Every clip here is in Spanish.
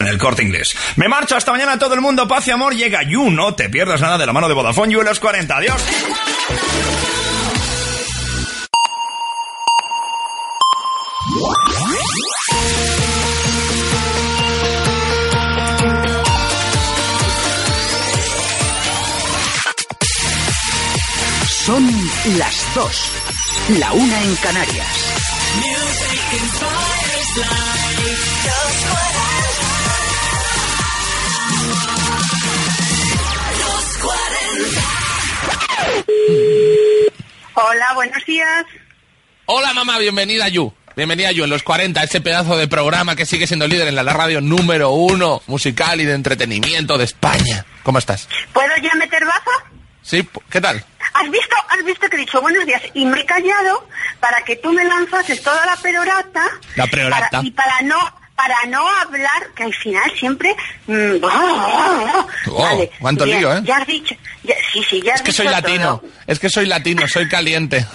En el corte inglés. Me marcho hasta mañana todo el mundo, paz y amor. Llega You, no te pierdas nada de la mano de Vodafone You en los 40. Adiós. Son las dos. La una en Canarias. Hola, buenos días. Hola mamá, bienvenida Yu. Bienvenida Yu en los 40, este pedazo de programa que sigue siendo líder en la radio número uno musical y de entretenimiento de España. ¿Cómo estás? ¿Puedo ya meter baza? ¿Sí? p- ¿Qué tal? ¿Has visto, has visto que he dicho buenos días y me he callado para que tú me lanzases toda la perorata. La perorata. para- y para no para no hablar, que al final siempre... mm, Oh, cuánto bien, lío, ¿eh? Ya has dicho... ya- sí, sí, ya has Es que dicho soy latino, todo. es que soy latino, soy caliente.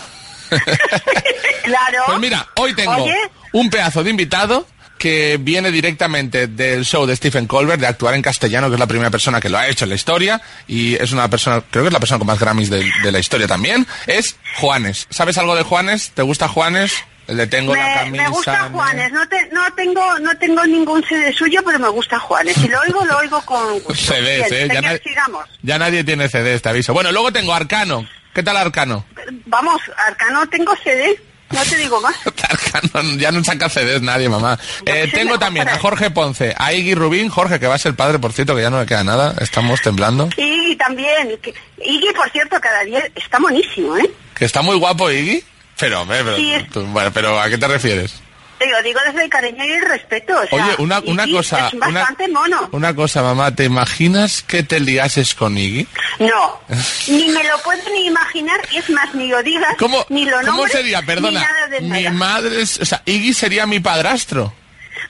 claro. Pues mira, hoy tengo Oye, un pedazo de invitado que viene directamente del show de Stephen Colbert, de actuar en castellano, que es la primera persona que lo ha hecho en la historia, y es una persona, creo que es la persona con más Grammys de, de la historia también, es Juanes. ¿Sabes algo de Juanes? ¿Te gusta Juanes? El de Tengo la me, camisa. me gusta ¿no? Juanes. No, te- no tengo no tengo ningún CD suyo, pero me gusta Juanes. Si lo oigo, lo oigo con... gusto. CDs, Bien, ¿eh? Ya, venga, nadie- sigamos. ya nadie tiene CDs, te aviso. Bueno, luego tengo Arcano. ¿Qué tal Arcano? Vamos, Arcano, tengo CD. No te digo más. Arcano, ya no saca CDs nadie, mamá. No, Eh, sí, tengo mejor también para a él. Jorge Ponce, a Iggy Rubín, Jorge, que va a ser padre, por cierto, que ya no le queda nada, estamos temblando. Y también, que, y que por cierto, cada día está monísimo, ¿eh? Que está muy guapo Iggy. Pero, hombre, pero, Sí, es- tú- bueno, pero ¿a qué te refieres? Te lo digo desde el cariño y el respeto. o sea, Oye, una, y una sí, cosa. Es una- bastante mono. Una cosa, mamá, ¿te imaginas que te liases con Iggy? No, ni me lo puedo ni imaginar, y es más, ni lo digas, ¿Cómo, ni lo ¿cómo nombres, sería? Perdona. ni nada de mi nada. madre es- O sea, Iggy sería mi padrastro.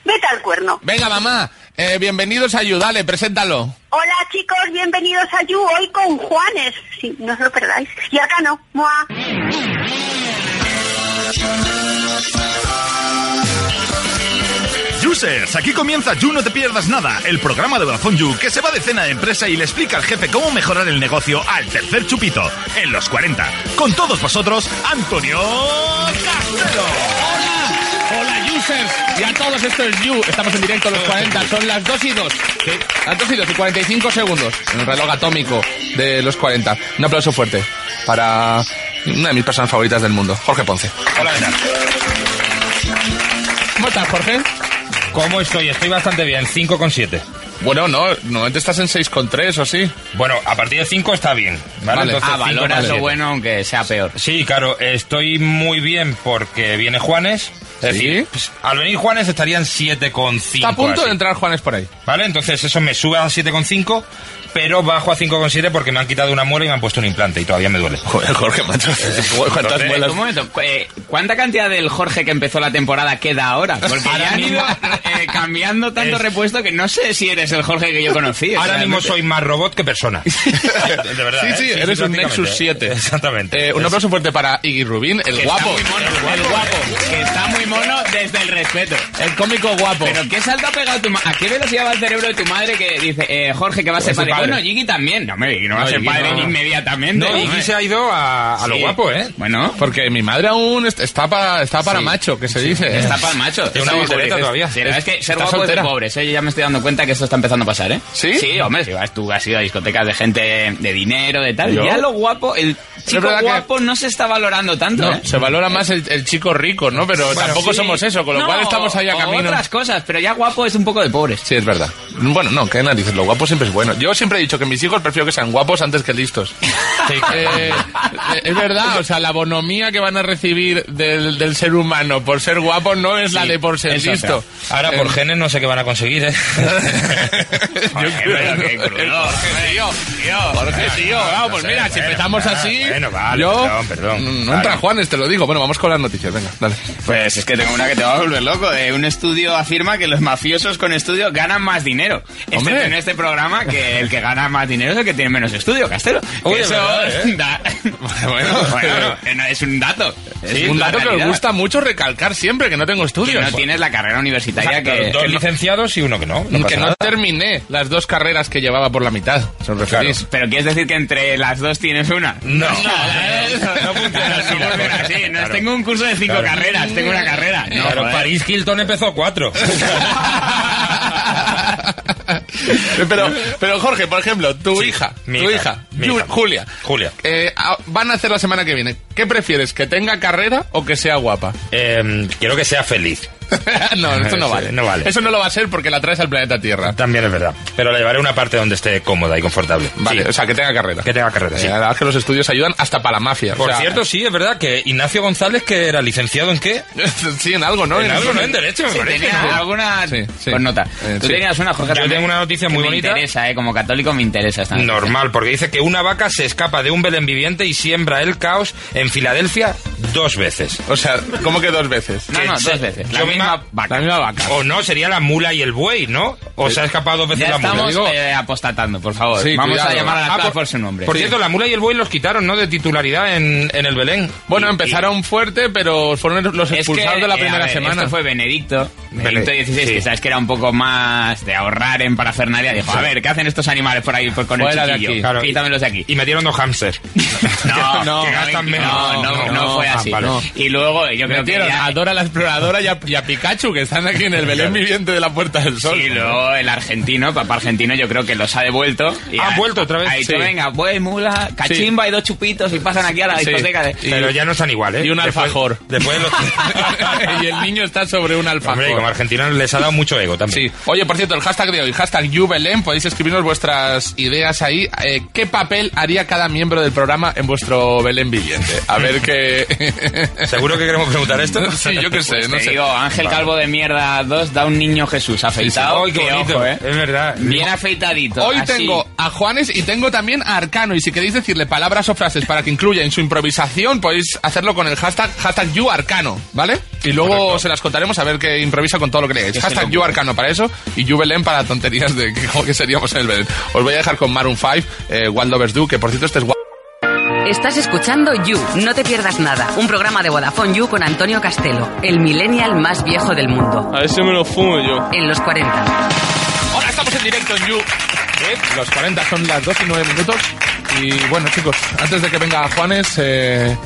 Vete al cuerno. Venga, mamá. eh, bienvenidos a Ayudale, preséntalo. Hola chicos, bienvenidos a You, hoy con Juanes. Sí, no os lo perdáis. Y acá no, ¡mua! Users, aquí comienza You No Te Pierdas Nada, el programa de Vodafone You que se va de cena de empresa y le explica al jefe cómo mejorar el negocio al tercer chupito, en los 40. Con todos vosotros, Antonio Castelo. Hola, users. Y a todos esto es You. Estamos en directo a los 40. Son las 2 y 2. Las 2 y 2 y 45 segundos. En el reloj atómico de los 40. Un aplauso fuerte para una de mis personas favoritas del mundo, Jorge Ponce. Hola, ¿qué tal? ¿Cómo estás, Jorge? ¿Cómo estoy? Estoy bastante bien, 5,7. Bueno, no, normalmente estás en 6,3 o sí. Bueno, a partir de 5 está bien. ¿vale? Vale. Entonces, Ah, cinco, valora vale. lo bueno aunque sea peor. Sí, claro, estoy muy bien porque viene Juanes. Es Sí. decir, pues, al venir Juanes estarían 7,5. Está a punto así, de entrar Juanes por ahí. ¿Vale? Entonces eso me sube a 7,5, pero bajo a 5,7 porque me han quitado una muela y me han puesto un implante y todavía me duele. Eh, Joder, Jorge, macho. ¿Cuántas Entonces, muelas? Un momento, cu- eh, ¿cuánta cantidad del Jorge que empezó la temporada queda ahora? Porque Ahora ya han mismo- ido eh, cambiando tanto Es- repuesto que no sé si eres el Jorge que yo conocí. o sea, Ahora mismo no sé. soy más robot que persona. De verdad. Sí, ¿eh? sí, eres un prácticamente. Nexus 7. Exactamente. Eh, un aplauso fuerte para Iggy Rubín, el Que guapo. Está muy mono, el guapo. Que está muy mono desde el respeto. El cómico guapo. Pero qué salto ha pegado tu ma- ¿A qué velocidad va el cerebro de tu madre que dice, eh, Jorge, que va a ser ser padre? padre. Bueno, Gigi también. No, hombre, Gigi no va a No, ser Gigi padre no. inmediatamente. No, hombre. Iggy se ha ido a, a lo ¿eh? Sí. guapo, ¿eh? Bueno, Porque mi madre aún est- está para, está para Sí. macho, que se dice. está para el macho. Tiene una Sí, voltereta sí, todavía. Sí, la verdad es que ser Está guapo soltera. es de pobres, ¿eh? Yo ya me estoy dando cuenta que esto está empezando a pasar, ¿eh? ¿Sí? Sí, hombre, si vas tú, has ido a discotecas de gente de dinero, de tal. ¿Yo? Ya lo guapo, el chico verdad que- guapo no se está valorando tanto, No, ¿eh? se valora más el, el chico rico, ¿no? Pero tampoco sí. somos eso, con lo No, cual estamos ahí a o camino. otras cosas, pero ya guapo es un poco de pobres. Sí, es verdad. Bueno, no, qué narices, lo guapo siempre es bueno. Yo siempre he dicho que mis hijos prefiero que sean guapos antes que listos. Eh, es verdad, o sea, la bonomía que van a recibir del, del ser humano por ser guapo no es la de por ser Eso, listo. o sea, Ahora por Eh, genes no sé qué van a conseguir, ¿eh? Yo creo- Jorge, tío, tío, Jorge, tío, vamos, pues mira, si empezamos así, Bueno, vale, yo- Mm, perdón, perdón. No Claro. entra Juanes, te lo digo. Bueno, vamos con las noticias, venga, dale. Pues es que tengo una que te va a volver loco. Eh, un estudio afirma que los mafiosos con estudio ganan más dinero. Hombre. Excepto en este programa que el que gana más dinero es el que tiene menos estudio, Castelo. Uy, Eso es verdad, ¿eh? da- bueno, bueno, eh, no, es un dato. Es un la dato que os realidad. gusta mucho recalcar siempre, que no tengo Que estudios. no tienes la carrera universitaria que... Dos que no- licenciados y uno que no. no que pasa no nada. terminé las dos carreras que llevaba por la mitad. ¿Se os referís? Pero quieres decir que entre las dos tienes una. No. no, No funciona así la No funciona cosa. así. No es, Claro. Tengo un curso de cinco Claro. carreras, tengo una carrera. No, Claro, eh. joder. París Hilton empezó cuatro. pero, pero Jorge, por ejemplo, tu Sí, hija, mi tu hija, hija, mi Ju- hija. Julia, Julia. eh, a- van a hacer la semana que viene. ¿Qué prefieres, que tenga carrera o que sea guapa? Eh, quiero que sea feliz. no, esto no Sí, vale. no vale. Eso no lo va a ser porque la traes al planeta Tierra. También es verdad. Pero la llevaré a una parte donde esté cómoda y confortable. Vale, Sí. o sea, que tenga carrera. Que tenga carrera, Eh, sí. la verdad es que los estudios ayudan hasta para la mafia. o Por sea, cierto, sí, es verdad que Ignacio González, que era licenciado en qué? sí, en algo, ¿no? en algo, no en derecho, me Sí, parece. tenía alguna Sí, sí. pues nota. Eh, Tú sí. tenías una Jorge, Yo también, tengo una noticia que muy me bonita. interesa, eh, como católico me interesa esta noticia. Normal, porque dice que una vaca se escapa de un Belén viviente y siembra el caos en Filadelfia dos veces. O sea, ¿cómo que dos veces? No, no, que se- dos veces. La yo misma misma- vaca. La misma vaca. O no, sería la mula y el buey, ¿no? O se ha escapado dos veces Ya la mula. estamos digo. eh, apostatando, por favor. Sí, Vamos cuidado. a llamar a la Ah, cosa por, su nombre. Por cierto, la mula y el buey los quitaron, ¿no? De titularidad en, en el Belén. Bueno, Y- empezaron fuerte, pero fueron los Es expulsados que, de la eh, a primera ver, semana. Esto fue Benedicto, Benedicto Bene- XVI, sí. que sabes que era un poco más de ahorrar en parafernalia. Dijo, a ver, ¿qué hacen estos animales por ahí por- con Fuera de el chiquillo? aquí. Claro. Quítamelos de aquí. Y, metieron dos hámsters. No, No, que gastan no, menos. No, no, No, no fue ah, así. vale. Y luego yo creo que Metieron ya- a Dora la exploradora y a, y a Pikachu, que están aquí en el Belén viviente de la Puerta del Sol. Sí, luego el argentino, papá argentino, yo creo que los ha devuelto. Y Ah, vuelto otra vez, Ha dicho, sí. venga, pues mula, cachimba y dos chupitos y pasan aquí a la Sí. discoteca de... Y- Pero ya no están igual, ¿eh? y un alfajor. Después, después los... y el niño está sobre un alfajor. Hombre, y como argentinos les ha dado mucho ego también. Sí. Oye, por cierto, el hashtag de hoy, hashtag YouBelén, podéis escribirnos vuestras ideas ahí. Eh, ¿Qué papel haría cada miembro del programa en vuestro Belén viviente? A ver qué... ¿Seguro que queremos preguntar esto? sí, yo qué sé, Pues no te sé. digo, Ángel Calvo de mierda 2 da un niño Jesús afeitado. Ay, qué que bonito. ojo, ¿eh? Es verdad. Bien afeitadito. Hoy así. tengo a Juanes y tengo también a Arcano. Y si queréis decirle palabras o frases para que incluya en su improvisación, podéis hacerlo con el hashtag, hashtag YouArcano, ¿vale? Y luego se las contaremos a ver qué improvisa con todo lo que le digáis. se Hashtag lo YouArcano para eso y YouBelén para tonterías de que, como que seríamos en el Belén. Os voy a dejar con Maroon 5, eh, Wild Overdue, que por cierto este es guapo. Estás escuchando You, no te pierdas nada, un programa de Vodafone You con Antonio Castelo, el millennial más viejo del mundo, A ese me lo fumo yo. en los 40. Hola, estamos en directo en You. Los 40 son las 2 y 9 minutos. Y bueno, chicos, antes de que venga Juanes, eh,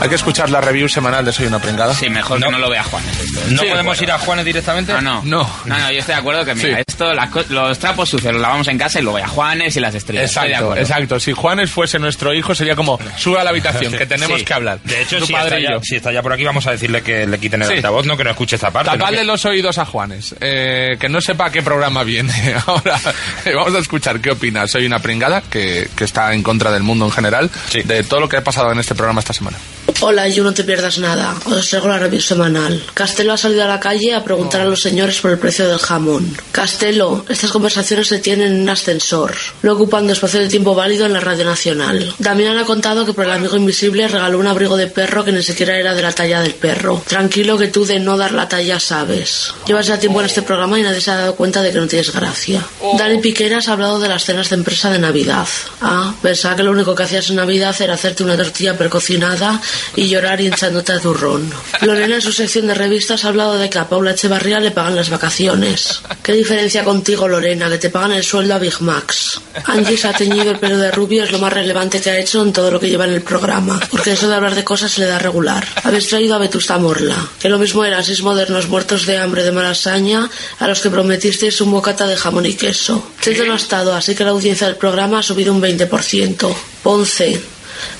hay que escuchar la review semanal de Soy una prengada. Sí, mejor No. que no lo vea Juan. ¿No Sí, podemos ir a Juanes directamente? No, no. No. no, yo estoy de acuerdo que mira, Sí. esto, las co- los trapos sucios los lavamos en casa y luego a Juanes y las estrellas. Estoy de Exacto, acuerdo. exacto. Si Juanes fuese nuestro hijo, sería como, sube a la habitación, que tenemos Sí. que hablar. De hecho, tu si, padre está y ya, yo. si está ya por aquí, vamos a decirle que le quiten el Sí. altavoz, no que no escuche esta parte. ¿no? Tapadle Que- los oídos a Juanes, eh, que no sepa a qué programa viene. Ahora eh, vamos a escuchar qué opina. Soy una pringada que, que está en contra del mundo en general, Sí. de todo lo que ha pasado en este programa esta semana. Hola, yo no te pierdas nada. Os traigo la review semanal. Castelo ha salido a la calle a preguntar a los señores por el precio del jamón. Castelo, estas conversaciones se tienen en un ascensor, no ocupando espacio de tiempo válido en la radio nacional. Damián ha contado que por el amigo invisible regaló un abrigo de perro que ni siquiera era de la talla del perro. Tranquilo que tú de no dar la talla sabes. Llevas ya tiempo en este programa y nadie se ha dado cuenta de que no tienes gracia. Dani Piqueras ha hablado de las cenas de empresa de Navidad. Ah, pensaba que lo único que hacías en Navidad era hacerte una tortilla precocinada y llorar hinchándote a turrón. Lorena en su sección de revistas ha hablado de que a Paula Echevarría le pagan las vacaciones. ¿Qué diferencia contigo, Lorena, que te pagan el sueldo a Big Macs? Angie se ha teñido el pelo de rubio, es lo más relevante que ha hecho en todo lo que lleva en el programa, porque eso de hablar de cosas se le da regular. Habéis traído a Vetusta Morla, que lo mismo eran seis modernos muertos de hambre de malasaña a los que prometisteis un bocata de jamón y queso. Cheto no ha estado, así que la audiencia del programa ha subido un 20%. Ponce,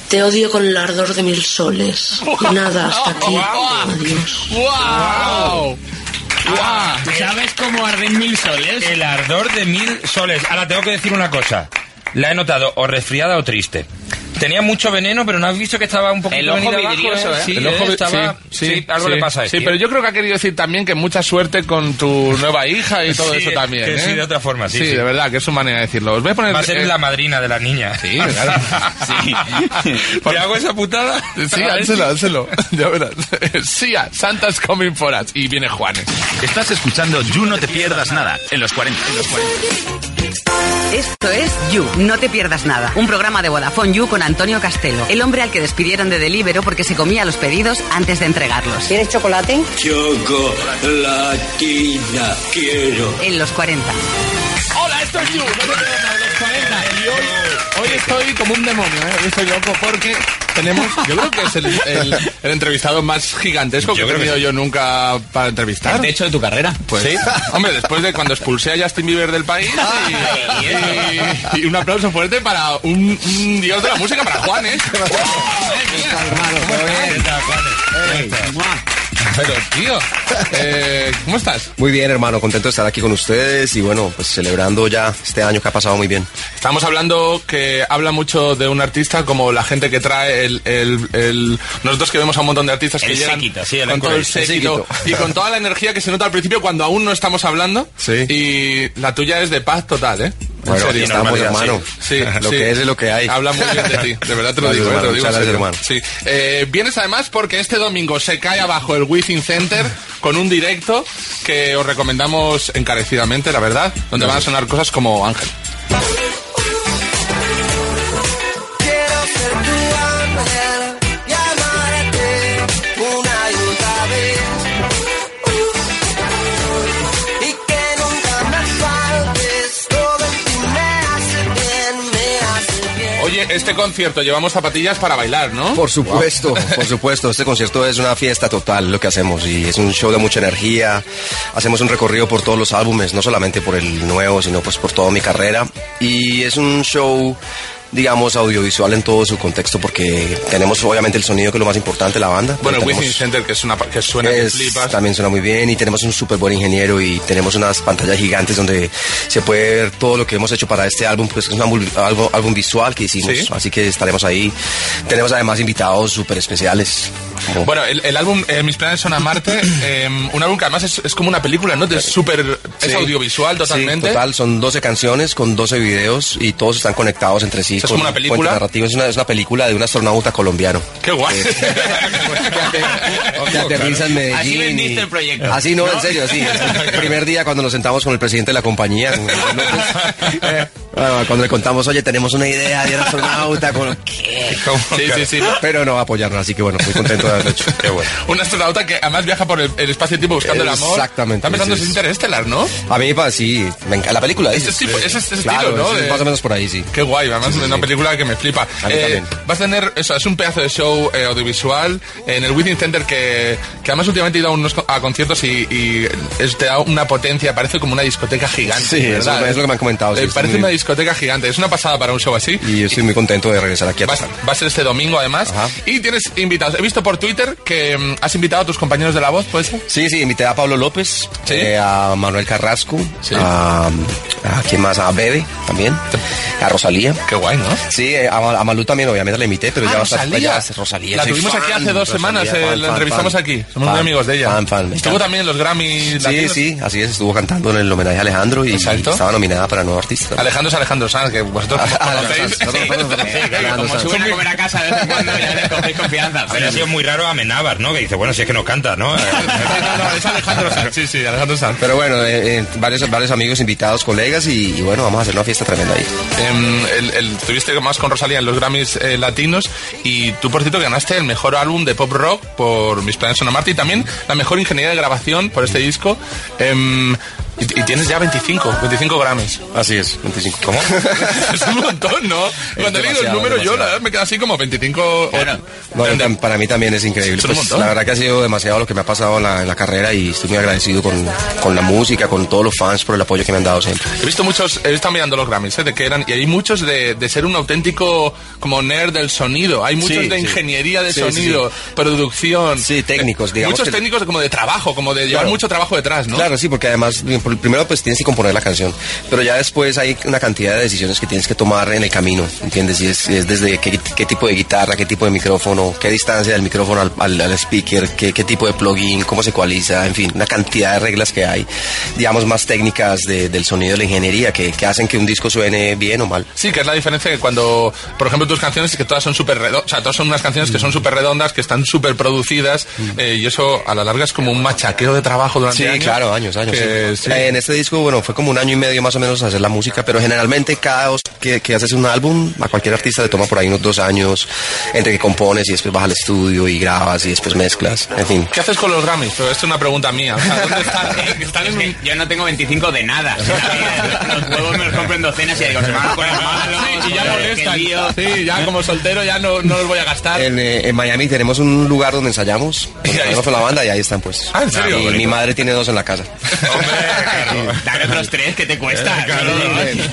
te odio con el ardor de mil soles. Y nada, hasta aquí. Adiós. ¡Wow! Ah, ¿Tú sabes cómo arden mil soles? El ardor de mil soles. Ahora tengo que decir una cosa. La he notado o resfriada o triste. Tenía mucho veneno, pero no has visto que estaba un poco El ojo vidrioso, ¿eh? Sí, El ojo vi- estaba- sí, sí, algo sí. le pasa a Sí, este. pero yo creo que ha querido decir también que mucha suerte con tu nueva hija y todo Sí, eso también. que ¿eh? sí, de otra forma, sí, sí. de verdad, que es su manera de decirlo. Os voy a poner. Va a ser eh, la madrina de la niña. Sí, claro. ¿Te hago esa putada? Sí, hánselo, hánselo. Ya verás. Sí, a Santa's coming for us. Y viene Juanes. Estás escuchando You No Te Pierdas Nada en los 40. En los 40. Esto es You, no te pierdas nada. Un programa de Vodafone You con Antonio Castelo, el hombre al que despidieron de Deliveroo porque se comía los pedidos antes de entregarlos. ¿Quieres chocolate? Chocolatina, quiero. En los 40. Hola, esto es You. No te pierdas nada de los 40. Y hoy, hoy estoy como un demonio, ¿eh? Hoy estoy loco porque tenemos. Yo creo que es el, el- el entrevistado más gigantesco que Yo he creo que tenido sí. yo nunca para entrevistar. De hecho, de tu carrera. Pues sí. Hombre, después de cuando expulsé a Justin Bieber del país. Y, y un aplauso fuerte para un, un dios de la música, para Juan, ¿eh? Pero, tío, eh, ¿cómo estás? Muy bien, hermano, contento de estar aquí con ustedes y bueno, pues celebrando ya este año que ha pasado muy bien. Estamos hablando que habla mucho de un artista como la gente que trae el... el- el- nosotros que vemos a un montón de artistas que El llegan séquito, sí, el con todo el encourage, el séquito y con toda la energía que se nota al principio cuando aún no estamos hablando. Sí. Y la tuya es de paz total, ¿eh? En Bueno, serio. aquí estamos, hermano. Sí, Lo sí. que es es lo que hay. Habla muy bien de ti, de verdad te lo Gracias, digo, eh, te lo hermano. digo. en Muchas serio. gracias, Sí. Eh, vienes además porque este domingo se cae abajo el Within Center con un directo que os recomendamos encarecidamente, la verdad, donde van a sonar cosas como Ángel. Quiero ser tu ángel y amarte una y otra vez. Y que nunca me faltes, todo en ti me hace bien, me hace bien. Oye, este concierto llevamos zapatillas para bailar, ¿no? Por supuesto, por supuesto. Este concierto es una fiesta total lo que hacemos y es un show de mucha energía. Hacemos un recorrido por todos los álbumes, no solamente por el nuevo, sino pues por toda mi carrera. Y es un show digamos audiovisual en todo su contexto porque tenemos obviamente el sonido que es lo más importante la banda Bueno, pero el Within tenemos- Center que es una pa- que suena que Es- flipas. También suena muy bien y tenemos un súper buen ingeniero y tenemos unas pantallas gigantes donde se puede ver todo lo que hemos hecho para este álbum, pues es un álbum, álbum- álbum visual que hicimos, Sí. así que estaremos ahí. Tenemos además invitados súper especiales. como- Bueno, el, el álbum eh, Mis planes son a Marte, eh, un álbum que además es, es como una película, ¿no? Es súper... Es Sí. audiovisual totalmente. Sí, total, son 12 canciones con 12 videos y todos están conectados entre sí. Es como una película. puentes narrativos. Es, una, es una película de un astronauta colombiano. ¡Qué guay! que aterriza en Medellín. Así vendiste y- el proyecto. Así no, en serio, así. El primer día cuando nos sentamos con el presidente de la compañía, con Luis López, eh, bueno, cuando le contamos, oye, tenemos una idea de un astronauta, con ¿qué? Sí, sí, sí. Pero no apoyaron, así que bueno, muy contento de haberlo hecho. Qué bueno. Un astronauta que además viaja por el, el espacio-tiempo buscando el amor. Exactamente, Está pensando sí, en sí. Interestelar, ¿no? A mí, pa, sí, me encanta la película. Ese dices. tipo- ese- ese Claro, estilo, ¿no? es De- Más o menos por ahí, sí. Qué guay, además es una película que me flipa. Eh, A mí también. vas a tener, eso, es un pedazo de show eh, audiovisual en el Within Center que, que además últimamente he ido a, unos, co- a conciertos y, y es- te da una potencia, parece como una discoteca gigante. Sí, es ¿verdad? lo- es lo que me han comentado, sí, Eh, está parece muy una bien. discoteca gigante, es una pasada para un show así. Y yo estoy muy contento de regresar aquí a Va a, tocar. va a ser este domingo además. Ajá. Y tienes invitados. He visto por Twitter que mm, has invitado a tus compañeros de la voz, ¿puede ser? Sí, sí, invité a Pablo López, Sí. eh, a Manuel Carrasco, Sí. a, a quién más, a Bebe también, a Rosalía. Qué guay, ¿no? Sí, eh, a, Ma- a Malú también, obviamente la invité, pero Ah, ya va a estar Rosalía. ya va a ser Rosalía. La soy tuvimos fan, aquí hace dos Rosalía, semanas, eh, fan, la fan, entrevistamos fan. aquí. Somos muy Fan, amigos de ella. Fan, fan. me Estuvo encanta. también en los Grammy Sí, Latinos. sí, así es, estuvo cantando en el homenaje a Alejandro y Exacto. estaba nominada para nuevo artista. Alejandro es Alejandro Sanz, que vosotros Ah, ah, conocéis. Sanz, Sí. nosotros conocemos, Sí, claro, Alejandro como Sanz. suben Suben a comer a casa de vez en cuando ya le cogéis confianza. Habría Pero sí, sido muy raro Amenábar, ¿no? Que dice, bueno, si es que no canta, ¿no? No, no, es Alejandro Sanz, sí, sí, Alejandro Sanz. Pero bueno, eh, eh, varios, varios amigos, invitados, colegas y, y bueno, vamos a hacer una fiesta tremenda ahí. Em, el, el- tuviste más con Rosalía en los Grammys eh, latinos y tú, por cierto, ganaste el mejor álbum de pop rock por Mis planes son a Marte y también la mejor ingeniería de grabación por este disco. Em, y, y tienes ya 25, 25 Grammys. Así es, 25. ¿Cómo? es un montón, ¿no? Cuando le digo el demasiado, número yo, la demasiado. verdad, me queda así como 25... Claro. No, yo tam- para mí también es increíble. Es un Pues, montón. la verdad que ha sido demasiado lo que me ha pasado en la, en la carrera y estoy muy agradecido con, con la música, con todos los fans por el apoyo que me han dado siempre. He visto muchos, he estado mirando los Grammys, ¿eh? de que eran, y hay muchos de, de ser un auténtico como nerd del sonido, hay muchos Sí, de sí. ingeniería de Sí, sí, sonido, producción. Eh, Sí, técnicos, digamos Muchos que- técnicos como de trabajo, como de llevar Claro. mucho trabajo detrás, ¿no? Claro, sí, porque además por- primero pues tienes que componer la canción, pero ya después hay una cantidad de decisiones que tienes que tomar en el camino, ¿entiendes? Y es, es desde qué, qué tipo de guitarra, qué tipo de micrófono, qué distancia del micrófono al, al- al speaker, qué, qué tipo de plugin, cómo se ecualiza, en fin, una cantidad de reglas que hay, digamos, más técnicas de- del sonido de la ingeniería que, que hacen que un disco suene bien o mal. Sí, que es la diferencia que cuando, por ejemplo, tus canciones que todas son súper redondas, o sea, todas son unas canciones Mm. que son súper redondas, que están súper producidas, eh, y eso a la larga es como un machaqueo de trabajo durante sí, años. claro, años, años. que- sí. sí. Eh, En este disco, bueno, fue como un año y medio más o menos hacer la música, pero generalmente cada dos que, que haces un álbum, a cualquier artista le toma por ahí unos dos años, entre que compones y después vas al estudio y grabas y después mezclas, en fin. ¿Qué haces con los Grammys? Pero esto es una pregunta mía. o sea, ¿dónde están? Están en un- Yo no tengo 25 de nada. Los huevos me los compro en docenas y ya digo, se me van a poner malos. Sí, y ya joder, molestan. qué lío. Sí, ya como soltero ya no, no los voy a gastar. En, eh, en Miami tenemos un lugar donde ensayamos, donde ensayamos con la banda y ahí están pues. Ah, ¿en serio? Y mi madre tiene dos en la casa. Dame otros tres que te Eh, cuesta.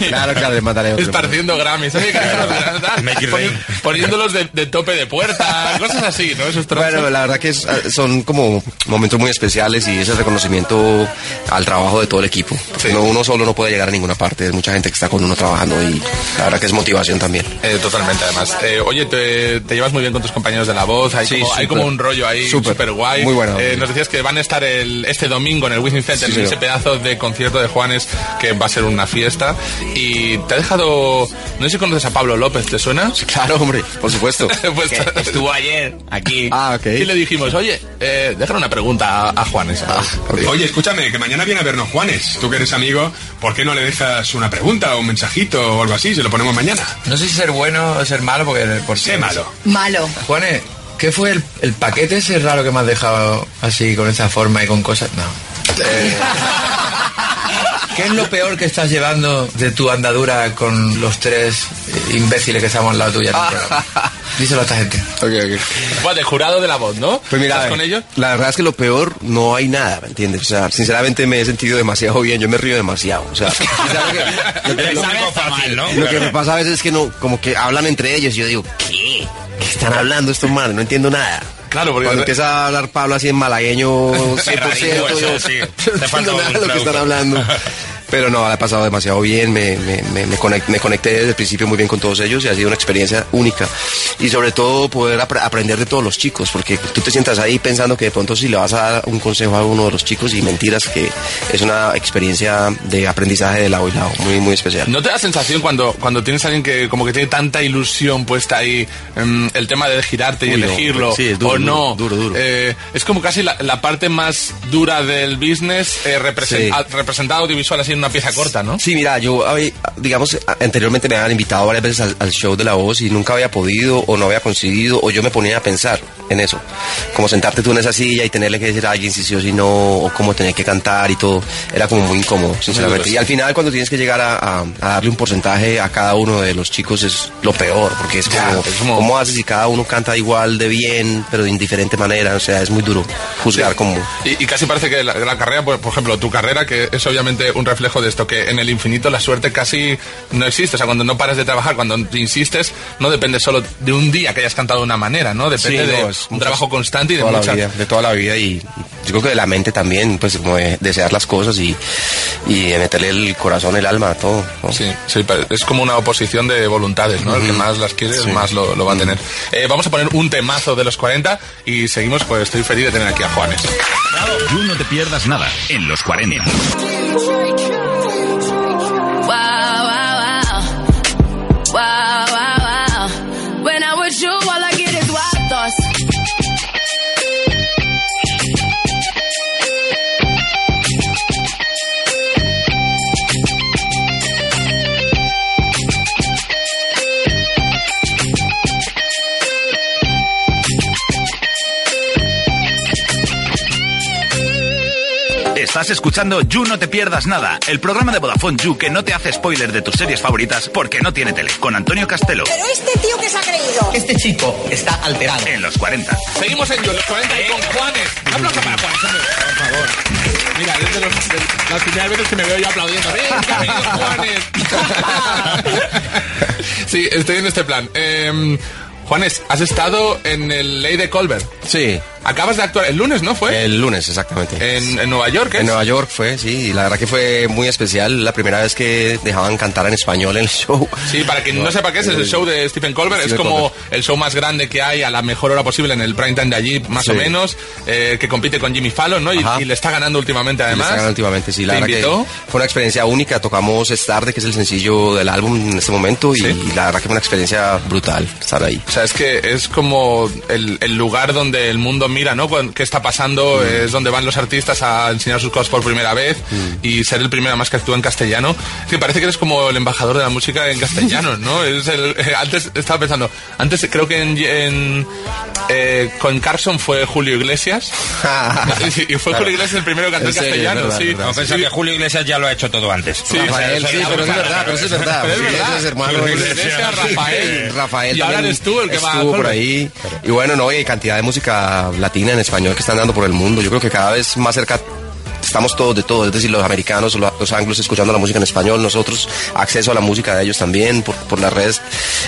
Claro, claro, le mandaré otro. Esparciendo Grammys. Oye, que no nos gastan. Poni- Poniéndolos de, de tope de puerta, cosas así, ¿no? Esos trozos. Bueno, la verdad que es- ah, son como momentos muy especiales y es el reconocimiento al trabajo de todo el equipo. Porque no- uno solo no puede llegar a ninguna parte, es mucha gente que está con uno trabajando y la verdad que es motivación también. Eh, totalmente, además. Eh, oye, te, te llevas muy bien con tus compañeros de la voz. Hay, Sí, como, hay súper. como un rollo ahí Súper. súper guay. Muy buena Eh, onda. nos decías que van a estar el, este domingo en el Wizzing Center, Sí, en ese señor. pedazo de concierto de Juanes que va a ser una fiesta. Y te ha dejado. No sé si conoces a Pablo López, ¿te suena? Claro, hombre, por supuesto. Pues- Estuvo ayer aquí. Ah, ok. Y le dijimos, oye, eh, déjale una pregunta a, a Juanes. Ah, Oye, escúchame, que mañana viene a vernos Juanes. Tú que eres amigo, ¿por qué no le dejas una pregunta o un mensajito o algo así? Se lo ponemos mañana. No sé si ser bueno o ser malo, porque... Por Sé malo. Malo. Juanes, ¿qué fue el, el paquete ese raro que me has dejado así, con esa forma y con cosas? No. Eh, ¿Qué es lo peor que estás llevando de tu andadura con los tres imbéciles que estamos al lado tuya? en Ah. el programa? Díselo a esta gente. Bueno, de jurado de la voz, ¿no? Pues mira, ¿Estás eh, con ellos? la verdad es que lo peor no hay nada, ¿me entiendes? O sea, sinceramente me he sentido demasiado bien, yo me río demasiado. O sea, Le sabe hasta mal, ¿no? lo que me pasa a veces es que no, como que hablan entre ellos y yo digo, ¿qué? ¿Qué están hablando estos manes? No entiendo nada. Claro, porque- Cuando empieza a hablar Pablo así en malagueño 100%, Erradico, yo eso, pues, sí. no Te falta entiendo nada un de lo que están traductor. hablando. Pero no, la he pasado demasiado bien, me, me, me, me conect- me conecté desde el principio muy bien con todos ellos y ha sido una experiencia única. Y sobre todo poder apre- aprender de todos los chicos, porque tú te sientas ahí pensando que de pronto si le vas a dar un consejo a uno de los chicos y mentiras, que es una experiencia de aprendizaje de lado y lado, muy, muy especial. ¿No te da sensación cuando, cuando tienes a alguien que como que tiene tanta ilusión puesta ahí em, el tema de girarte y Uy, no, elegirlo sí, es duro, o no? duro, duro, duro. Eh, es como casi la, la parte más dura del business eh, represen- Sí. a- representada audiovisual así en una pieza corta, ¿no? Sí, mira, yo, a ver, digamos, a- anteriormente me habían invitado varias veces al, al show de La Voz y nunca había podido o no había conseguido o yo me ponía a pensar en eso. Como sentarte tú en esa silla y tenerle que decir a alguien si sí o si no o cómo tener que cantar y todo. Era como muy incómodo, duro, sinceramente. sí. Y al final cuando tienes que llegar a, a- a darle un porcentaje a cada uno de los chicos es lo peor, porque es Ya, como, es como- ¿cómo haces si cada uno canta igual de bien, pero de indiferente manera? O sea, es muy duro juzgar como... Y, y casi parece que la, la carrera, pues, por, por ejemplo, tu carrera, que es obviamente un reflejo de esto, que en el infinito la suerte casi no existe. O sea, cuando no paras de trabajar, cuando te insistes, no depende solo de un día que hayas cantado de una manera, ¿no? Depende Sí, de no, es un muchas- trabajo constante y de toda la muchas... vida, de toda la vida y, y yo creo que de la mente también, pues como de desear las cosas y, y de meterle el corazón, el alma a todo. ¿no? Sí, sí, pero es como una oposición de voluntades, ¿no? El que más las quiere, el Sí. más lo, lo va a tener. Eh, vamos a poner un temazo de los 40 y seguimos, pues estoy feliz de tener aquí a Juanes. You no te pierdas nada en los 40. Wow, wow, wow. Wow, wow, wow. When I'm with you, all I get is wild thoughts. Estás escuchando You No Te Pierdas Nada, el programa de Vodafone You que no te hace spoiler de tus series favoritas porque no tiene tele, con Antonio Castelo. este tío que se ha creído. Este chico está alterado. En los 40. Seguimos en Yo, los 40 y con Juanes. Aplauso para Juanes, hombre, por favor. Mira, es de, los- de las primeras veces que me veo yo aplaudiendo. ¡Venga, venga, Juanes! sí, Em, estoy en este plan. Eh, Juanes, has estado en el Ley de Colbert. Sí. Acabas de actuar el lunes, ¿no fue? El lunes, exactamente. ¿En, en Nueva York? En Nueva York fue, sí. Y la verdad que fue muy especial. La primera vez que dejaban cantar en español en el show. Sí, para quien no, sepa qué es, es el show de Stephen Colbert. es Stephen como el show más grande que hay a la mejor hora posible en el prime time de allí, más Sí. o menos, eh, que compite con Jimmy Fallon, ¿no? Y, y le está ganando últimamente, Y les además. hagan últimamente, sí, la ¿Te verdad que invitó? fue una experiencia única. Tocamos Es tarde, que es el sencillo del álbum en este momento, y, y la verdad que fue una experiencia brutal estar ahí. O sea, es que es como el, el lugar donde el mundo mira, ¿no? Con- ¿Qué está pasando? Mm. Es donde van los artistas a enseñar sus cosas por primera vez y ser el primero más que actúa en castellano. Es que parece que eres como el embajador de la música en castellano, ¿no? Es el- eh, antes estaba pensando, antes creo que en, en, eh, con Carson fue Julio Iglesias. Ah, y fue Julio Iglesias el primero que cantó en castellano, sí. No, pensaba que Julio Iglesias ya lo ha hecho todo antes. Sí, Rafael, sí, pero es verdad, pero eso es verdad. Pero es verdad. Iglesias, hermano, Julio Iglesias, Iglesias, Rafael. Rafael Eh, Y ahora también eres tú el que va a estuvo por Colbert. ahí. Y bueno, no, y cantidad de música latina en español que están dando por el mundo. Yo creo que cada vez más cerca estamos todos de todo, es decir, los americanos, los, los anglos escuchando la música en español, nosotros acceso a la música de ellos también por, por las redes,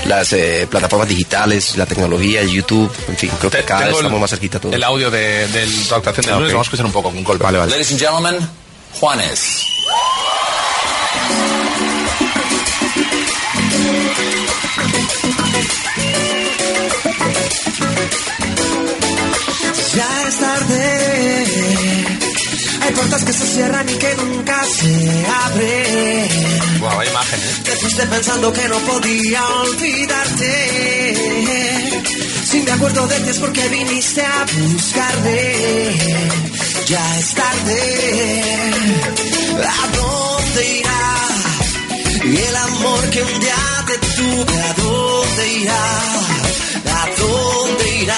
las eh, plataformas digitales, la tecnología, el YouTube, en fin, creo que cada vez tengo el- estamos más cerquita todos. El audio de, de la actuación del Ah, lunes, ok. vamos a escuchar un poco con Colbert. Vale, vale. Ladies and gentlemen, Juanes. Ya es tarde. Hay puertas que se cierran y que nunca se abren. Guau, hay imágenes. Te fuiste pensando que no podía olvidarte. Si me acuerdo de ti es porque viniste a buscarme. Ya es tarde. ¿A dónde irá? El amor que un día te tuve, ¿a dónde irá? ¿A dónde irá?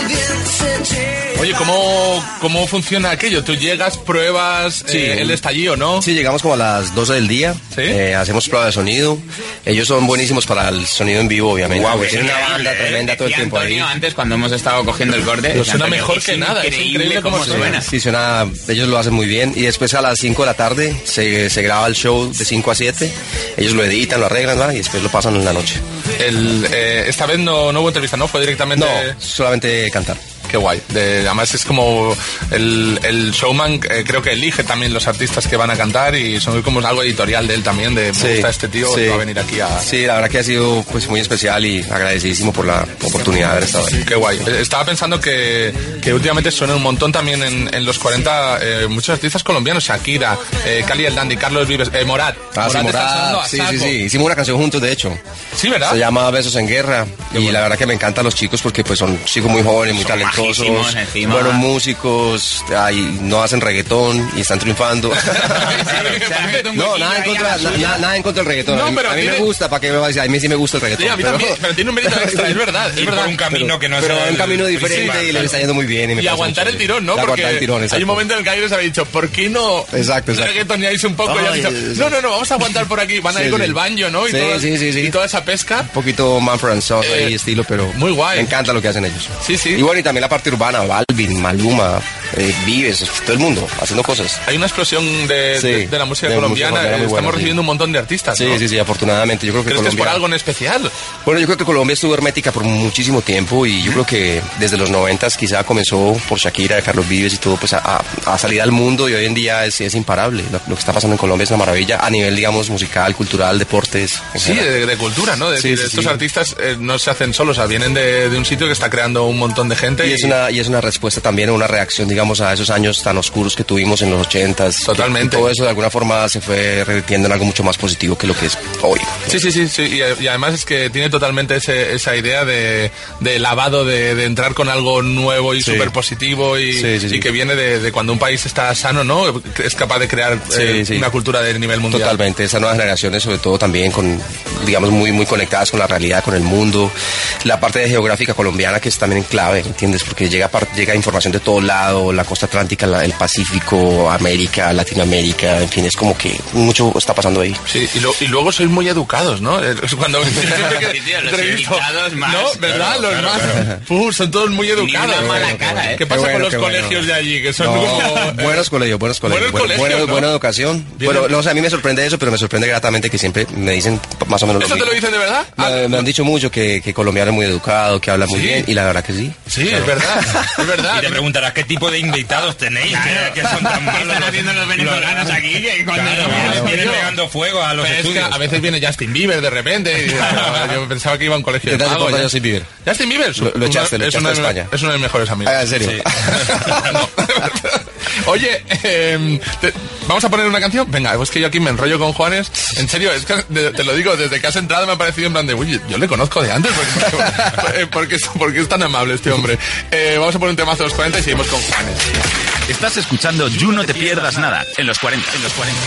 El bien se lleva. Oye, ¿cómo, ¿cómo funciona aquello? Tú llegas, pruebas, eh, él está allí o no. Sí, llegamos como a las 12 del día. Eh, hacemos prueba de sonido. Ellos son buenísimos para el sonido en vivo, obviamente. Guau, porque es tienen una increíble, banda ¿eh? tremenda todo el Decía tiempo ahí. Antonio, antes cuando hemos estado cogiendo el corte, Pero decía suena Antonio, mejor es que nada, es increíble cómo Sí, Sí, suena, ellos lo hacen muy bien. Y después a las 5 de la tarde se, se graba el show de 5 a 7. Ellos lo editan, lo arreglan ¿verdad? y después lo pasan en la noche. El, eh, esta vez no, no hubo entrevista, ¿no? Fue directamente... No, solamente cantar. Qué guay. De- además es como el, el showman, eh, creo que elige también los artistas que van a cantar y son como algo editorial de él también, de me Sí, gusta este tío, sí. va a venir aquí a... Sí, la verdad que ha sido pues, muy especial y agradecidísimo por la oportunidad de haber estado ahí. Qué guay. Eh, Estaba pensando que, que últimamente suena un montón también en, en los 40 eh, muchos artistas colombianos, Shakira, eh, Cali el Dandy, Carlos Vives, eh, Morat. Ah, sí, está Morat, sonando a sí, saco. sí, sí. Hicimos una canción juntos, de hecho. Sí, ¿verdad? Se llama Besos en Guerra. Y la verdad que me encantan los chicos porque pues son chicos muy jóvenes, muy Son talentosos, majísimos encima. buenos músicos, ay, no hacen reggaetón y están triunfando. no, nada en, contra, na- na- nada en contra del reggaetón. No, a mí, pero a mí tiene- me gusta, ¿para qué me va a decir? A mí sí me gusta el reggaetón. Sí, a mí también, pero tiene un mérito extra, es verdad, es Y por verdad. un camino Pero- que no es pero el un camino diferente principal, y le claro. está yendo muy bien. Y, me Y parece aguantar muy el chévere. tirón, ¿no? Y Porque aguantar el tirón, hay exacto. un momento en el que alguien les había dicho, ¿por qué no Exacto, exacto. reggaetoneáis un poco? Y han Ay, dicho, no, no, no, vamos a aguantar por aquí. Van a Sí, ir con sí. el baño, ¿no? Y, Sí, todas- sí, sí, sí. y toda esa pesca. Eh, un poquito Manfred and Son ahí estilo, pero muy guay. Me encanta lo que hacen ellos. Sí, sí. Y bueno, y también la parte urbana, Balvin, Maluma, eh, Vives, todo el mundo haciendo cosas. Hay una explosión de, Sí, de- de la música de colombiana. música eh, colombiana muy Estamos buena, sí. recibiendo un montón de artistas. Sí, ¿no? sí, sí, afortunadamente. Yo creo que ¿Crees que es Colombia. por algo en especial? Bueno, yo creo que Colombia estuvo hermética por muchísimo tiempo y yo creo que desde los noventas quizá comenzó por Shakira, Carlos Vives y todo, pues a, a- a salir al mundo y hoy en día es, es imparable. Lo, lo que está pasando en Colombia es una maravilla a nivel, digamos, musical, cultural, deportes. en Sí, general. de, de cultura, ¿no? De, Sí, decir, sí, estos sí. artistas eh, no se hacen solos, o sea, vienen de, de un sitio que está creando un montón de gente. Y es, una, y es una respuesta también, una reacción, digamos, a esos años tan oscuros que tuvimos en los ochentas. Totalmente. Todo eso de alguna forma se fue revirtiendo en algo mucho más positivo que lo que es hoy. Sí, sí, sí, sí. Y, y además es que tiene totalmente ese- esa idea de, de lavado, de, de entrar con algo nuevo y Sí. súper positivo y, Sí, sí, sí. y que viene de, de cuando un país está sano, ¿no? Es capaz de crear Sí, eh, sí. una cultura de nivel mundial. Totalmente, esas nuevas generaciones sobre todo también con, digamos, muy, muy conectadas con la realidad, con el mundo, la parte de geográfica colombiana que es también clave, ¿entiendes? Porque llega, par- llega información de todo lado, la costa atlántica, la- el Pacífico, América, Latinoamérica, en fin, es como que mucho está pasando ahí. Sí, y, lo- y luego sois muy educados, ¿no? Es Cuando los entrevisto, invitados más. No, ¿verdad? Claro, los claro, más. claro. Puh, son todos muy Ni una educados. mala cara, ¿eh? ¿Qué pasa Qué bueno, con los qué bueno. colegios de allí? Que son No, como... buenos colegios, buenos colegios. bueno, Buenos colegios, bueno- ¿no? Buena educación. Bueno, no, o sea, a mí me sorprende eso, pero me sorprende gratamente que siempre me dicen más o menos ¿Eso lo te lo mismo. dicen de verdad? Me, me han dicho mucho que, que colombiano es muy educado, que habla muy Sí. bien, y la verdad que sí. Sí, Claro. es verdad. verdad, es verdad. Y te preguntarás qué tipo de invitados tenéis, Claro. que, que son tan malos. Están haciendo los venezolanos aquí, que cuando Claro, no vienen- vienen- vienen yo- pegando fuego a los Pero es que estudios. a veces viene Justin Bieber de repente. y digo, "Ah, yo pensaba que iba a un colegio ¿Qué tal de te mago, porta ya". Justin Bieber? Justin Bieber Lo- lo echaste, lo es echaste uno de a mis- España. Es uno de mis mejores amigos. Ah, ¿en serio? Oye, eh, te- vamos a poner una canción. Venga, es que yo aquí me enrollo con Juanes. En serio, es que de- te lo digo, desde que has entrado me ha parecido en plan de, uy, yo le conozco de antes. porque- porque- eh, porque es- porque es tan amable este hombre? Eh, vamos a poner un temazo de los 40 y seguimos con Juanes. Estás escuchando You No Te Pierdas Nada en los 40. En los 40.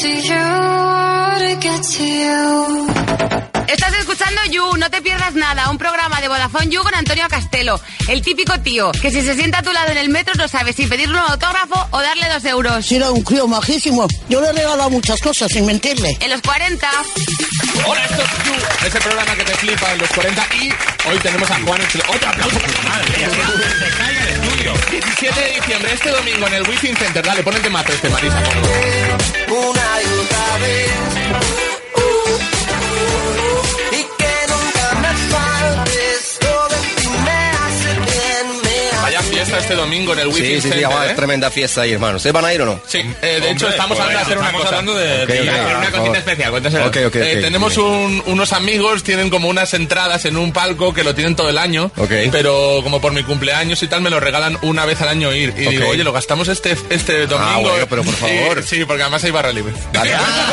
To you, to get to you. Estás escuchando You, no te pierdas nada, un programa de Vodafone You con Antonio Castelo, el típico tío que si se sienta a tu lado en el metro no sabe si pedirle un autógrafo o darle dos euros. Era un crío majísimo. Yo le he regalado muchas cosas, sin mentirle. En los 40. Hola, esto es You, ese programa que te flipa en los 40 y hoy tenemos a Juan. Otro aplauso, madre mía, se caiga el estudio. 17 de diciembre, este domingo en el Wizzing Center. Dale, pon el temazo este, Marisa. por favor. Una y otra vez. Uh, uh, uh, y que nunca me faltes. Todo en ti me hace bien, me hace Vaya fiesta este domingo en el Wizzing Sí, sí, sí, Center. vamos, ¿eh? es tremenda fiesta ahí, hermano. ¿Ustedes van a ir o no? Sí, eh, de hecho estamos pues, hablando de hacer una estamos cosa. hablando de- Ok, de- ok, hacer por una favor. cosita especial, cuéntasela. Ok, ok, Eh, ok, tenemos un- unos amigos, tienen como unas entradas en un palco que lo tienen todo el año, Ok. pero como por mi cumpleaños y tal me lo regalan una vez al año ir. Y Ok. Ah, digo, oye, lo gastamos este, este domingo. bueno, pero por Y- favor. Ah, sí, porque además hay barra libre.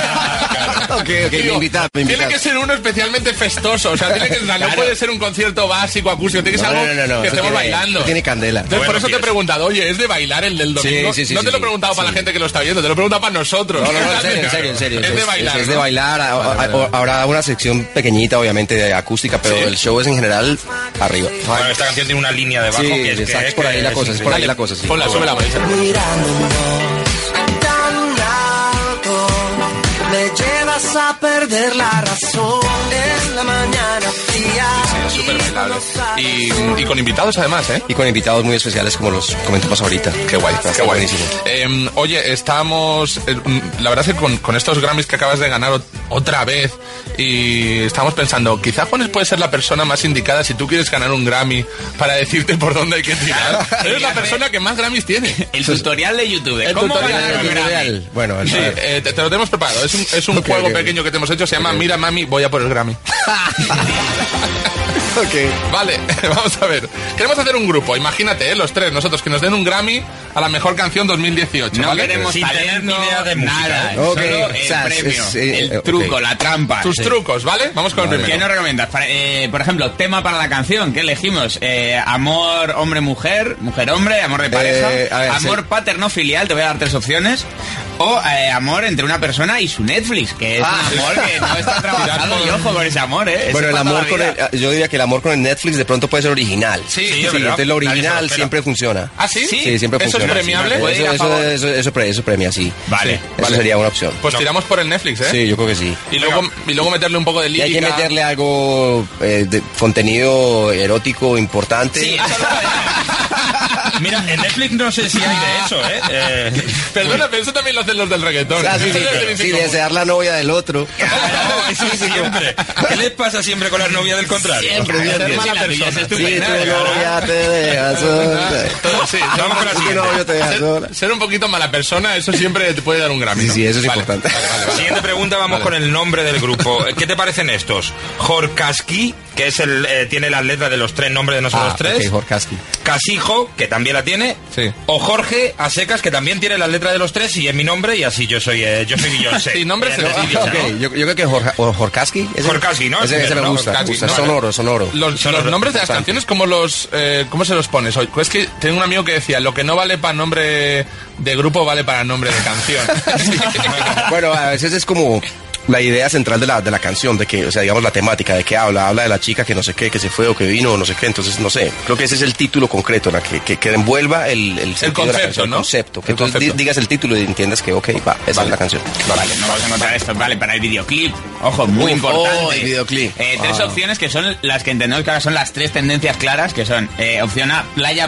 ok, ok, me Digo, invitad, me Tiene invitad. que ser uno especialmente festoso, o sea, tiene que, no Claro. puede ser un concierto básico, acústico, tiene que ser No, algo no, no, no, que eso estemos tiene- bailando. eso tiene candela. Entonces, por Bueno, eso te he tíos. preguntado, oye, ¿es de bailar el del Sí, domingo? sí, sí, no sí, te lo he sí. preguntado para la gente que lo está viendo, te lo he preguntado para nosotros. No, no, no, en serio, en serio, en serio. Es de bailar. Es, de ¿no? bailar. A- a- a- Habrá una sección pequeñita, obviamente, de acústica, pero el show es en general arriba. Ah, Bueno, esta canción tiene una línea de bajo Sí, que es exacto, que- es por ahí que la cosa, es por ahí la cosa. sí. Ponla, súbela, Marisa. Mirándonos tan alto, me llevas a perder la razón en la mañana fría. Súper bailable. Y, y con invitados además, ¿eh? Y con invitados muy especiales como los comentamos ahorita. Qué guay, Está qué guay. buenísimo. Eh, oye, estamos. eh, mm, la verdad es que con, con estos Grammys que acabas de ganar ot- otra vez, y estamos pensando, quizá Juanes puede ser la persona más indicada si tú quieres ganar un Grammy para decirte por dónde hay que tirar. Eres la persona que más Grammys tiene. El tutorial de YouTube. de El ¿Cómo tutorial, ganar el un Grammy. tutorial. Bueno, el- Sí, eh, te, te lo tenemos preparado. Es un, es un Ok, juego ok, ok. pequeño que te hemos hecho. Se llama Mira, mami, voy a por el Grammy. Vale, vamos a ver. Queremos hacer un grupo. Imagínate, eh, los tres, nosotros, que nos den un Grammy a la mejor canción 2018. No ¿vale? queremos Sin talento, tener ni idea de música, nada. ¿eh? Solo Ok, el o sea, es- premio, es- eh, el ok. truco, la trampa. Tus Sí. trucos, ¿vale? Vamos con el ¿Qué primero. nos recomiendas? Para- eh, por ejemplo, tema para la canción, ¿qué elegimos? Eh, amor hombre-mujer, mujer-hombre, amor de pareja, Eh, a ver, amor sí. paterno-filial, te voy a dar tres opciones, o eh, amor entre una persona y su Netflix, que es Ah. un amor que no está trabajado, y ojo con ese amor, ¿eh? Ese Bueno, el pasa la amor con vida. el, yo diría que el amor con el Netflix de pronto puede ser original. Sí, sí, es verdad. entonces lo Nadie se lo original espera. siempre funciona. ¿Ah, sí? Sí, siempre ¿Eso es funciona. premiable? Eso, Puede ir a eso, favor. eso- eso pre- eso premia, sí. Vale, Sí, Eso vale. sería una opción. Pues tiramos por el Netflix, ¿eh? Sí, yo creo que sí. Y luego, y luego meterle un poco de Y lírica. hay que meterle algo eh, de contenido erótico importante. ah, Mira, en Netflix no sé si hay de eso, ¿eh? Eh, Perdona, pero eso también lo hacen los del reggaetón. Ah, sí, sí, Eso ya es sí, como- desear la novia del otro. eso siempre. ¿Qué les pasa siempre con las novias del contrario? Siempre, Ser siempre. mala Si la persona. Si tu novia te deja sola. Ah, Todo, sí, Vamos con la Si tu siguiente. novio te deja sola. ser, ser un poquito mala persona, eso siempre te puede dar un Grammy. Sí, ¿no? sí, eso es Vale. importante. Siguiente pregunta, vamos con el nombre del grupo. ¿Qué te parecen estos? Jorkaski, que es el eh, tiene las letras de los tres nombres de nosotros Ah, tres. ok, Jorkaski. Casijo, que también la tiene. Sí. O Jorge a secas, que también tiene las letras de los tres y es mi nombre y así yo soy eh, yo soy Beyoncé. Sí, nombre Eh, se- decir, Ah, ok, ¿no? Yo, yo creo que Jorja- o Jorkaski. ese- Jorkaski, ¿no? Ese, ese me No, gusta. me Jorkaski, gusta. no, sonoro, sonoro. Los, los nombres de las canciones, ¿cómo, los, eh, ¿cómo se los pones? hoy? Es que tengo un amigo que decía, lo que no vale para nombre de grupo vale para nombre de canción. Bueno, a veces es como la idea central de la, de la canción, de que, o sea, digamos la temática, de que habla, habla de la chica que no sé qué, que se fue o que vino o no sé qué, entonces no sé, creo que ese es el título concreto, la que, que, que envuelva el, el, sentido de la concepto, canción, ¿no? el concepto, que El tú di- concepto. digas el título y entiendas que, ok, va, esa es la canción. Vale, no vamos a anotar esto. Vale, para el videoclip. Ojo, muy Uf, importante. oh, el videoclip. Eh, tres Ah. opciones que son las que entendemos que ahora son las tres tendencias claras, que son eh, opción A, playa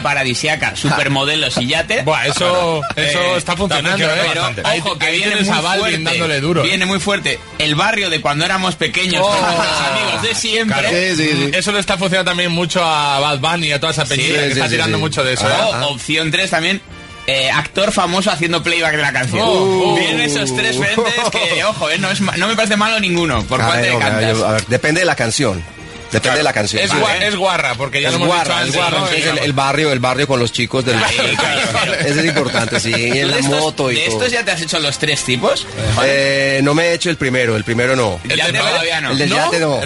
paradisiaca, supermodelos y yate. Buah, eso, Eh, eso está funcionando, funcionando ¿eh? bastante. Ahí- Ojo, que ahí viene tienes muy a Balvin fuerte. dándole duro. ¿eh? Viene muy fuerte. el barrio de cuando éramos pequeños con nuestros amigos de siempre. Claro. Eso le está funcionando también mucho a Bad Bunny y a toda esa Sí, peñita que está tirando mucho de eso. ¿eh? Ah. O, opción 3 también. eh, actor famoso haciendo playback de la canción. Uh. Oh, Vienen esos tres ¿eh? frentes que, ojo, eh, no, es ma- no me parece malo ninguno. ¿Por cuál te Ay, ok, decantas? a ver, depende de la canción. Depende de la canción. Es, Vale. gua- es guarra, porque ya ¿eh? es lo hemos dicho guarra, antes. es guarra. ¿no? entonces el, el barrio, el barrio con los chicos del. Ese es importante, sí. Y en ¿Tú la de estos- moto y ¿De todo. estos ya te has hecho los tres tipos? Eh, no me he hecho el primero, el primero no. El yate todavía no. El del yate no.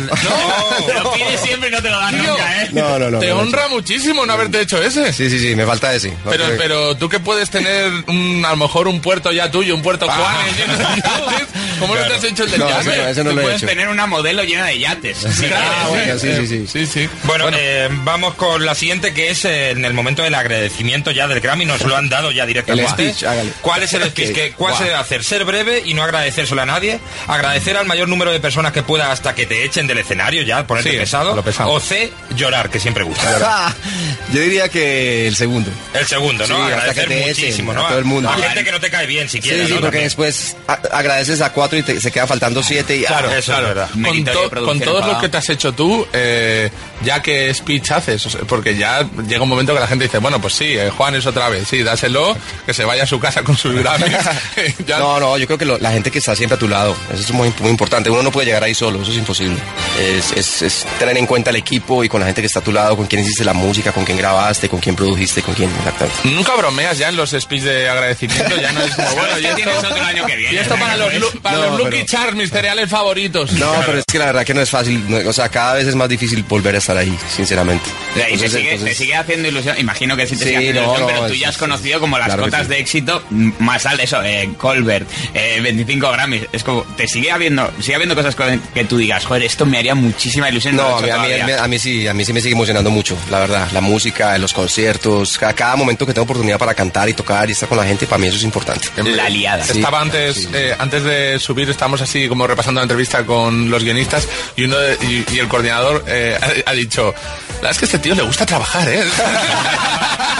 Te lo pides siempre y no te lo dan nunca, ¿eh? No, no, no. no me lo Te he honra muchísimo no haberte hecho ese. hecho. Sí, sí, sí, me falta ese. Pero, Ok. pero tú que puedes tener un- a lo mejor un puerto ya tuyo, un puerto Juanes, lleno de yates, ¿cómo no te has hecho el del Ah. No, yate? ese no, ese no Tú lo he puedes hecho. tener una modelo llena de yates. si Ah, quieres. bueno, sí, sí, sí. Bueno, eh, vamos con la siguiente que es eh, en el momento del agradecimiento ya del Grammy, nos lo han dado ya directamente. El speech, hágale. ¿Cuál es el speech? Ok, que- ¿Cuál se guau. debe hacer? Ser breve y no agradecérselo a nadie. Agradecer al mayor número de personas que pueda hasta que te echen del escenario ya, ponerte Sí, pesado. lo pesado. O C, llorar, que siempre gusta. Ah, Yo diría que el segundo. el segundo, ¿no? Sí, hasta Agradecer que te echen muchísimo, a ¿no? todo el mundo. A gente que no te cae bien siquiera, Sí, sí, ¿no? porque También. después a- agradeces a cuatro y te- se queda faltando siete. Y, Claro, ah, eso es verdad. Con, to- con todos los que te has hecho tú, eh, ya que speech haces, o sea, porque ya llega un momento que la gente dice, bueno, pues sí, eh, Juan es otra vez, sí, dáselo, que se vaya a su casa con sus Grammys. No, no, yo creo que lo- la gente que está siempre a tu lado, eso es muy, muy importante. Uno no puede llegar ahí solo, eso es imposible. Es, es- es tener en cuenta el equipo y con la gente que está a tu lado, con quien hiciste la música, con quien grabaste, con quien produjiste, con quien... Exactamente. Nunca bromeas ya en los speech de agradecimiento, ya no es como, bueno, y Ya tienes esto, otro año que viene. y esto para los, lu- para No, los Lucky pero- Charms, mis cereales favoritos. No, pero es que la verdad que no es fácil, no- o sea, cada vez es más difícil volver a estar ahí, sinceramente. Y te Entonces, sigue- te, sigue, entonces- haciendo ilusión. Imagino que sí te pues Sí, sigue haciendo no, ilusión, no, pero tú sí, ya has sí, conocido como las claro que cotas sí. de éxito m- más altas. Eso, eh, Colbert, eh, 25 Grammys. Es como, te sigue habiendo, sigue habiendo cosas con- que tú digas, joder, esto me haría muchísima ilusión. No, lo he a mí, hecho a mí- todavía". a mí sí, a mí sí me sigue emocionando mucho, la verdad. La música, los conciertos, ca- cada, momento que tengo oportunidad para cantar y tocar y estar con la gente, para mí eso es importante. Em, Sí. Estaba antes, eh, antes de subir, estábamos así como repasando la entrevista con los guionistas y uno de- y, y el coordinador eh, ha, ha dicho, la verdad es que a este tío le gusta trabajar, ¿eh?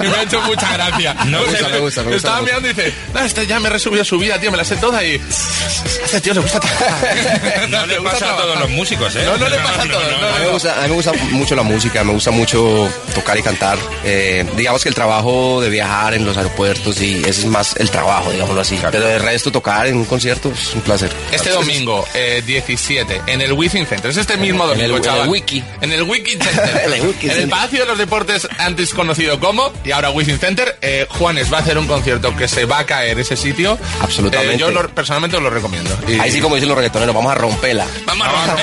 y me ha hecho mucha gracia. No, me O sea, gusta, me gusta, me gusta, Estaba me gusta. mirando y dice, no, este ya me he resubido su vida, tío, me la sé toda y... A este tío le gusta trabajar. No le pasa a todos los músicos, ¿eh? No, no le pasa a todos. A mí, me gusta, a mí me gusta mucho la música, me gusta mucho tocar y cantar. Eh, digamos que el trabajo de viajar en los aeropuertos y ese es más el trabajo, digámoslo así. Pero el resto, tocar en un concierto es un placer. Este domingo, eh, 17, en el Wizzing Center. Es este mismo En el- domingo, en el chaval. Wiki. En el Wiki Center. En el Wiki en el Center. Palacio de los Deportes, antes conocido como, y ahora Wizzing Center, eh, Juanes va a hacer un concierto que se va a caer ese sitio. Absolutamente. Eh, yo lo- personalmente os lo recomiendo. Y- Ahí sí, como dicen los reggaetoneros, vamos a romperla. Vamos a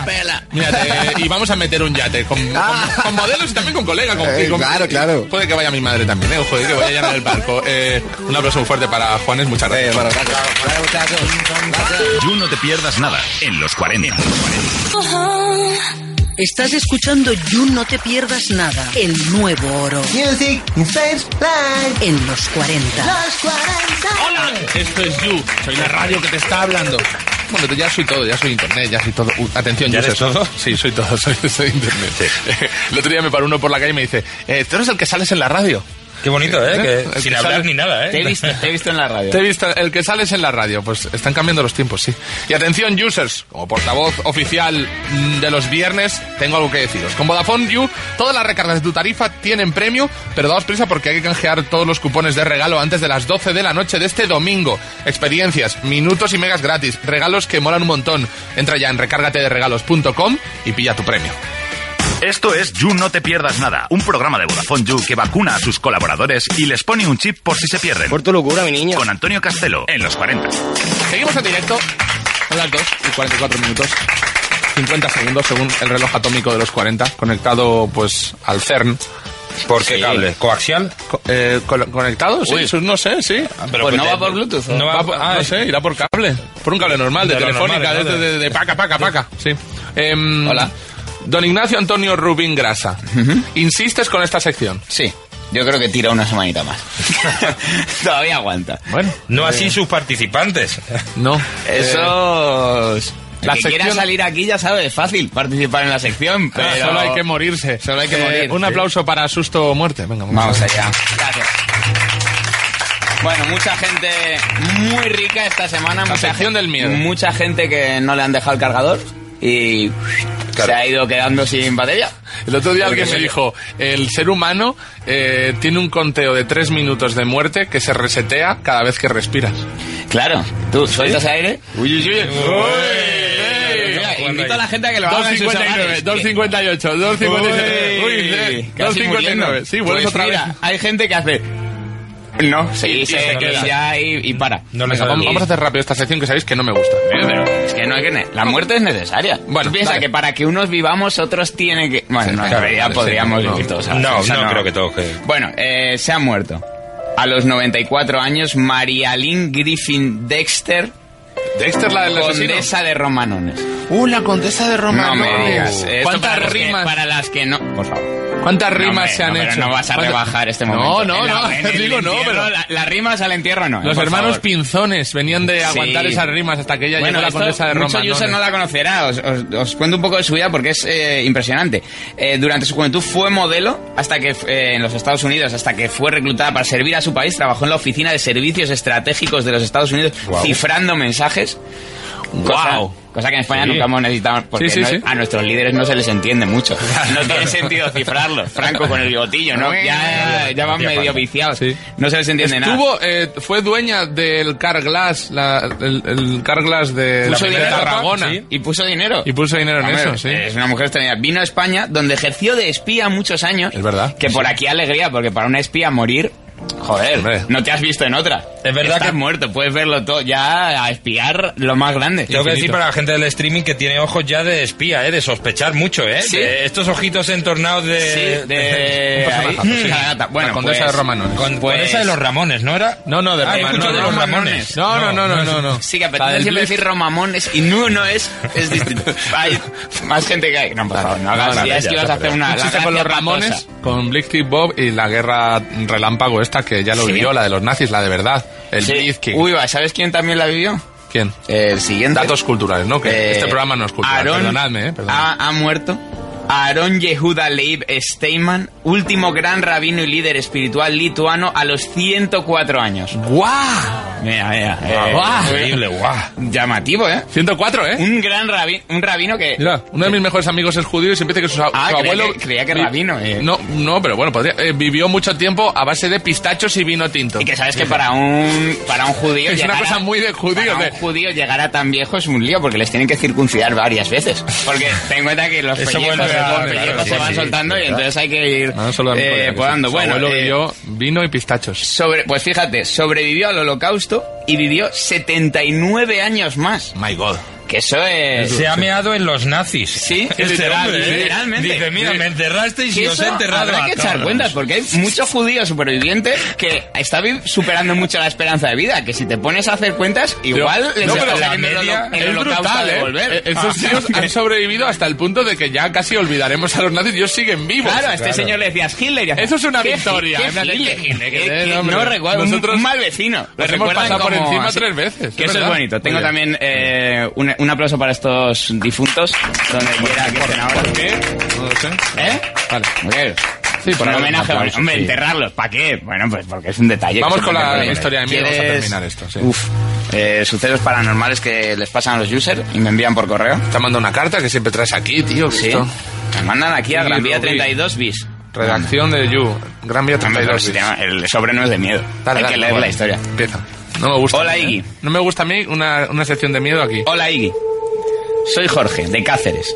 romperla. Mírate, y vamos a meter un yate con, con- con modelos y también con colegas. Con, Ah. Eh, con- claro, claro. Puede que vaya mi madre también, eh, ojo, y que vaya a llenar el barco. Eh, un aplauso muy fuerte para Juanes, muchas Eh, gracias. You no te pierdas nada en los 40. Estás escuchando You No Te Pierdas Nada, el nuevo oro. Music inspires life. En los 40. Hola, esto es You, soy la radio que te está hablando. Bueno, ya soy todo, ya soy internet, ya soy todo. Uh, atención, ¿Ya yo eres soy- Sí, soy todo, soy, soy internet. El otro día me paró uno por la calle y me dice, eh, tú eres el que sales en la radio. Qué bonito, ¿eh? Que El sin hablar sales- ni nada, ¿eh? Te he visto, te he visto en la radio. Te he visto, el que sales en la radio, pues están cambiando los tiempos, sí. Y atención, users, como portavoz oficial mm, de los viernes, tengo algo que deciros. Con Vodafone You, todas las recargas de tu tarifa tienen premio, pero daos prisa porque hay que canjear todos los cupones de regalo antes de las 12 de la noche de este domingo. Experiencias, minutos y megas gratis, regalos que molan un montón. Entra ya en recárgatederegalos.com y pilla tu premio. Esto es You No Te Pierdas Nada, un programa de Vodafone You que vacuna a sus colaboradores y les pone un chip por si se pierden. Por tu locura, mi niño. Con Antonio Castelo, en los 40. Seguimos en directo. Son las 2 y 44 minutos. 50 segundos según el reloj atómico de los 40, conectado pues al CERN. eh, ¿Por qué cable? ¿Coaxial? ¿Conectado? Sí, Uy. Ah, eso no sé, sí. pero pues que no te- va por Bluetooth. no va- ah, ah, no sé, irá por cable. Por un cable normal, de, De lo telefónica, normal, de, este, ¿no? de- de- de paca, paca, paca. Sí. Hola. Don Ignacio Antonio Rubín Grasa, ¿insistes con esta sección? Sí. Yo creo que tira una semanita más. Todavía aguanta. Bueno. No así sus participantes. No. Pues, Esos... La La que quiera sección- Ah, salir aquí ya sabe, es fácil participar en la sección, pero... Solo hay que morirse. Solo hay que Eh, morir, Un sí. aplauso para susto o muerte. Venga, Vamos allá. Bueno, mucha gente muy rica esta semana. Mucha sección gen- del miedo. Mucha gente que no le han dejado el cargador y se ha ido quedando sin batería. El otro día Porque alguien me se- dijo, el ser humano eh, tiene un conteo de tres minutos de muerte que se resetea cada vez que respiras. Claro, tú sueltas aire. Uy, uy, uy. Mira, invito a la gente a que lo haga en sus 259, hogares. 258, 257, Uy, uy, eh, casi 259. muriendo. Sí, vuelves Pues otra vez. mira, hay gente que hace... No, sí, y se, se queda. ya y, y para. Venga, vamos, vamos a hacer rápido esta sección que sabéis que no me gusta. Eh, pero es que no hay que ne- la muerte es necesaria. Bueno, piensa vale. que para que unos vivamos, otros tienen que. Bueno, Sí, no, en claro, realidad vale, podríamos sí, no. vivir todos. No, así, o sea, no creo que todos. Bueno, eh, se ha muerto. A los 94 años, Marialyn Griffin Dexter. Dexter, la del asesino. Condesa de Romanones. Uh, la condesa de No me digas. Esto ¿Cuántas para los que- rimas? para las que no. Por favor. ¿Cuántas No, rimas hombre, se han no, pero hecho? no vas a ¿Cuántas- rebajar este No, momento. no, En la- no, en el digo no, entierro, pero- la- Las rimas al entierro no. eh, Los por hermanos favor. Pinzones venían de Sí. aguantar esas rimas hasta que ella llegó la esto condesa de mucho Roma. user no la conocerá. Os, os- os cuento un poco de su vida porque es eh, impresionante. Eh, durante su juventud fue modelo hasta que eh, en los Estados Unidos, hasta que fue reclutada para servir a su país. Trabajó en la oficina de servicios estratégicos de los Estados Unidos, Guau. cifrando mensajes. Cosa, Guau. cosa que en España Sí. nunca hemos necesitado porque Sí, sí, no- sí. a nuestros líderes no se les entiende mucho. No tiene sentido cifrarlo. Franco con el bigotillo, ¿no? Ya, ya van medio viciados. No se les entiende nada. Estuvo, eh, fue dueña del Car Glass, la- el, el Car Glass de, puso de dinero, Tarragona. sí, Y puso dinero. Y puso dinero en A ver, eso, sí. Es una mujer extraña. Vino a España, donde ejerció de espía muchos años. Es verdad. Que por aquí alegría, porque para una espía morir... Joder, no te has visto en otra. Es verdad Estás que- muerto, puedes verlo todo. Ya a espiar lo más grande. Tengo que decir para la gente del streaming que tiene ojos ya de espía, ¿eh? de sospechar mucho, ¿eh? Sí. De estos ojitos entornados de. Mm. Ah, Sí, de- Un personajazo, ahí. sí. La gata. Bueno, La condesa pues- de Romanones. Con- pues- Condesa de los Ramones, ¿no era? No, no, de Ah, Romanones. escucho de los Ramones. No, no, no, no, no. no. Sí, que La apetece del siempre Blitz. decir romamones y no, no es, es distinto. Hay más gente que hay. No, por favor, no hagas, ya es que ibas a hacer una... la Un chiste con gracia los Ramones, patosa. con Big Thick Bob y la guerra relámpago esta que ya lo Sí. vivió, la de los nazis, la de verdad. El Sí. Blitz King. Uy, va, ¿sabes quién también la vivió? ¿Quién? El siguiente. Datos culturales, ¿no? Que Eh, este programa no es cultural. Aarón Perdonadme, ¿eh? Perdonadme. Ha, ha muerto. Aarón Yehuda Leib Steinman, último gran rabino y líder espiritual lituano a los 104 años. ¡Guau! Ah, Mira, mira. eh, Guau. increíble, guau. Llamativo, ¿eh? 104, ¿eh? Un gran rabino, un rabino que... Mira, uno de mis mejores amigos es judío y siempre dice que su, Ah, su creía abuelo. que- creía que vi- rabino, eh. No, no, pero bueno, podría. eh, vivió mucho tiempo a base de pistachos y vino tinto. Y que sabes que para un, para un judío Es una llegar a- cosa muy de judío. para un judío llegar a tan viejo es un lío porque les tienen que circuncidar varias veces. Porque ten en cuenta que los Eso pellejos, vuelve a- los claro, pellejos sí, se van sí, soltando y claro. entonces hay que ir Ah, solo a mi eh, colega, que podando. su Bueno, abuelo eh, vivió vino y pistachos. sobre, pues fíjate, sobrevivió al holocausto y vivió 79 años más. My God. Que eso es... Eh, Se ha meado en los nazis. Sí, Este literal- hombre, ¿eh? literalmente. Dice, mira, me enterrasteis Que y os he eso enterrado Habrá a que echar todos. cuentas, porque hay muchos judíos supervivientes que está vi- superando mucho la esperanza de vida, que si te pones a hacer cuentas, igual les no, está pero la saliendo el media holo- el es holocausto brutal, de ¿eh? volver. Eh, Esos Ah. tíos han sobrevivido hasta el punto de que ya casi olvidaremos a los nazis. Ellos siguen vivos. Claro, a este señor le decías Hitler. y hacía, Eso es una "¿Qué victoria". Hi- En plan, ¿Qué Hitler? ¿qué Hitler? ¿Qué- Que qué- no, hombre. No recuerdo. un- Nosotros Un mal vecino. Lo los hemos recuerdan pasado por como encima así. tres veces, Que es eso es verdad. bonito. Tengo Muy también eh, un, un aplauso para estos difuntos. Donde quiera que estén ahora. No lo sé. ¿Eh? Vale. Sí, por ahora un un homenaje. aplauso, hombre, sí. enterrarlos. ¿Para qué? Bueno, pues porque es un detalle. Vamos que con se la mantiene. historia de mí, vamos a ¿Quieres- terminar esto, sí. Uf. eh, sucesos paranormales que les pasan a los users y me envían por correo. Te manda una carta que siempre traes aquí, tío. Sí. esto. Me mandan aquí a Sí, Gran Vía lo vi. 32 bis. Redacción de You. Gran Vía Hombre, pero 32. se llama- El sobreno es de miedo. Dale, Hay dale, que leer bueno, la historia. Empieza. No me gusta. Hola, ¿eh? Iggy. No me gusta a mí una, una sección de miedo aquí. Hola, Iggy. Soy Jorge, de Cáceres.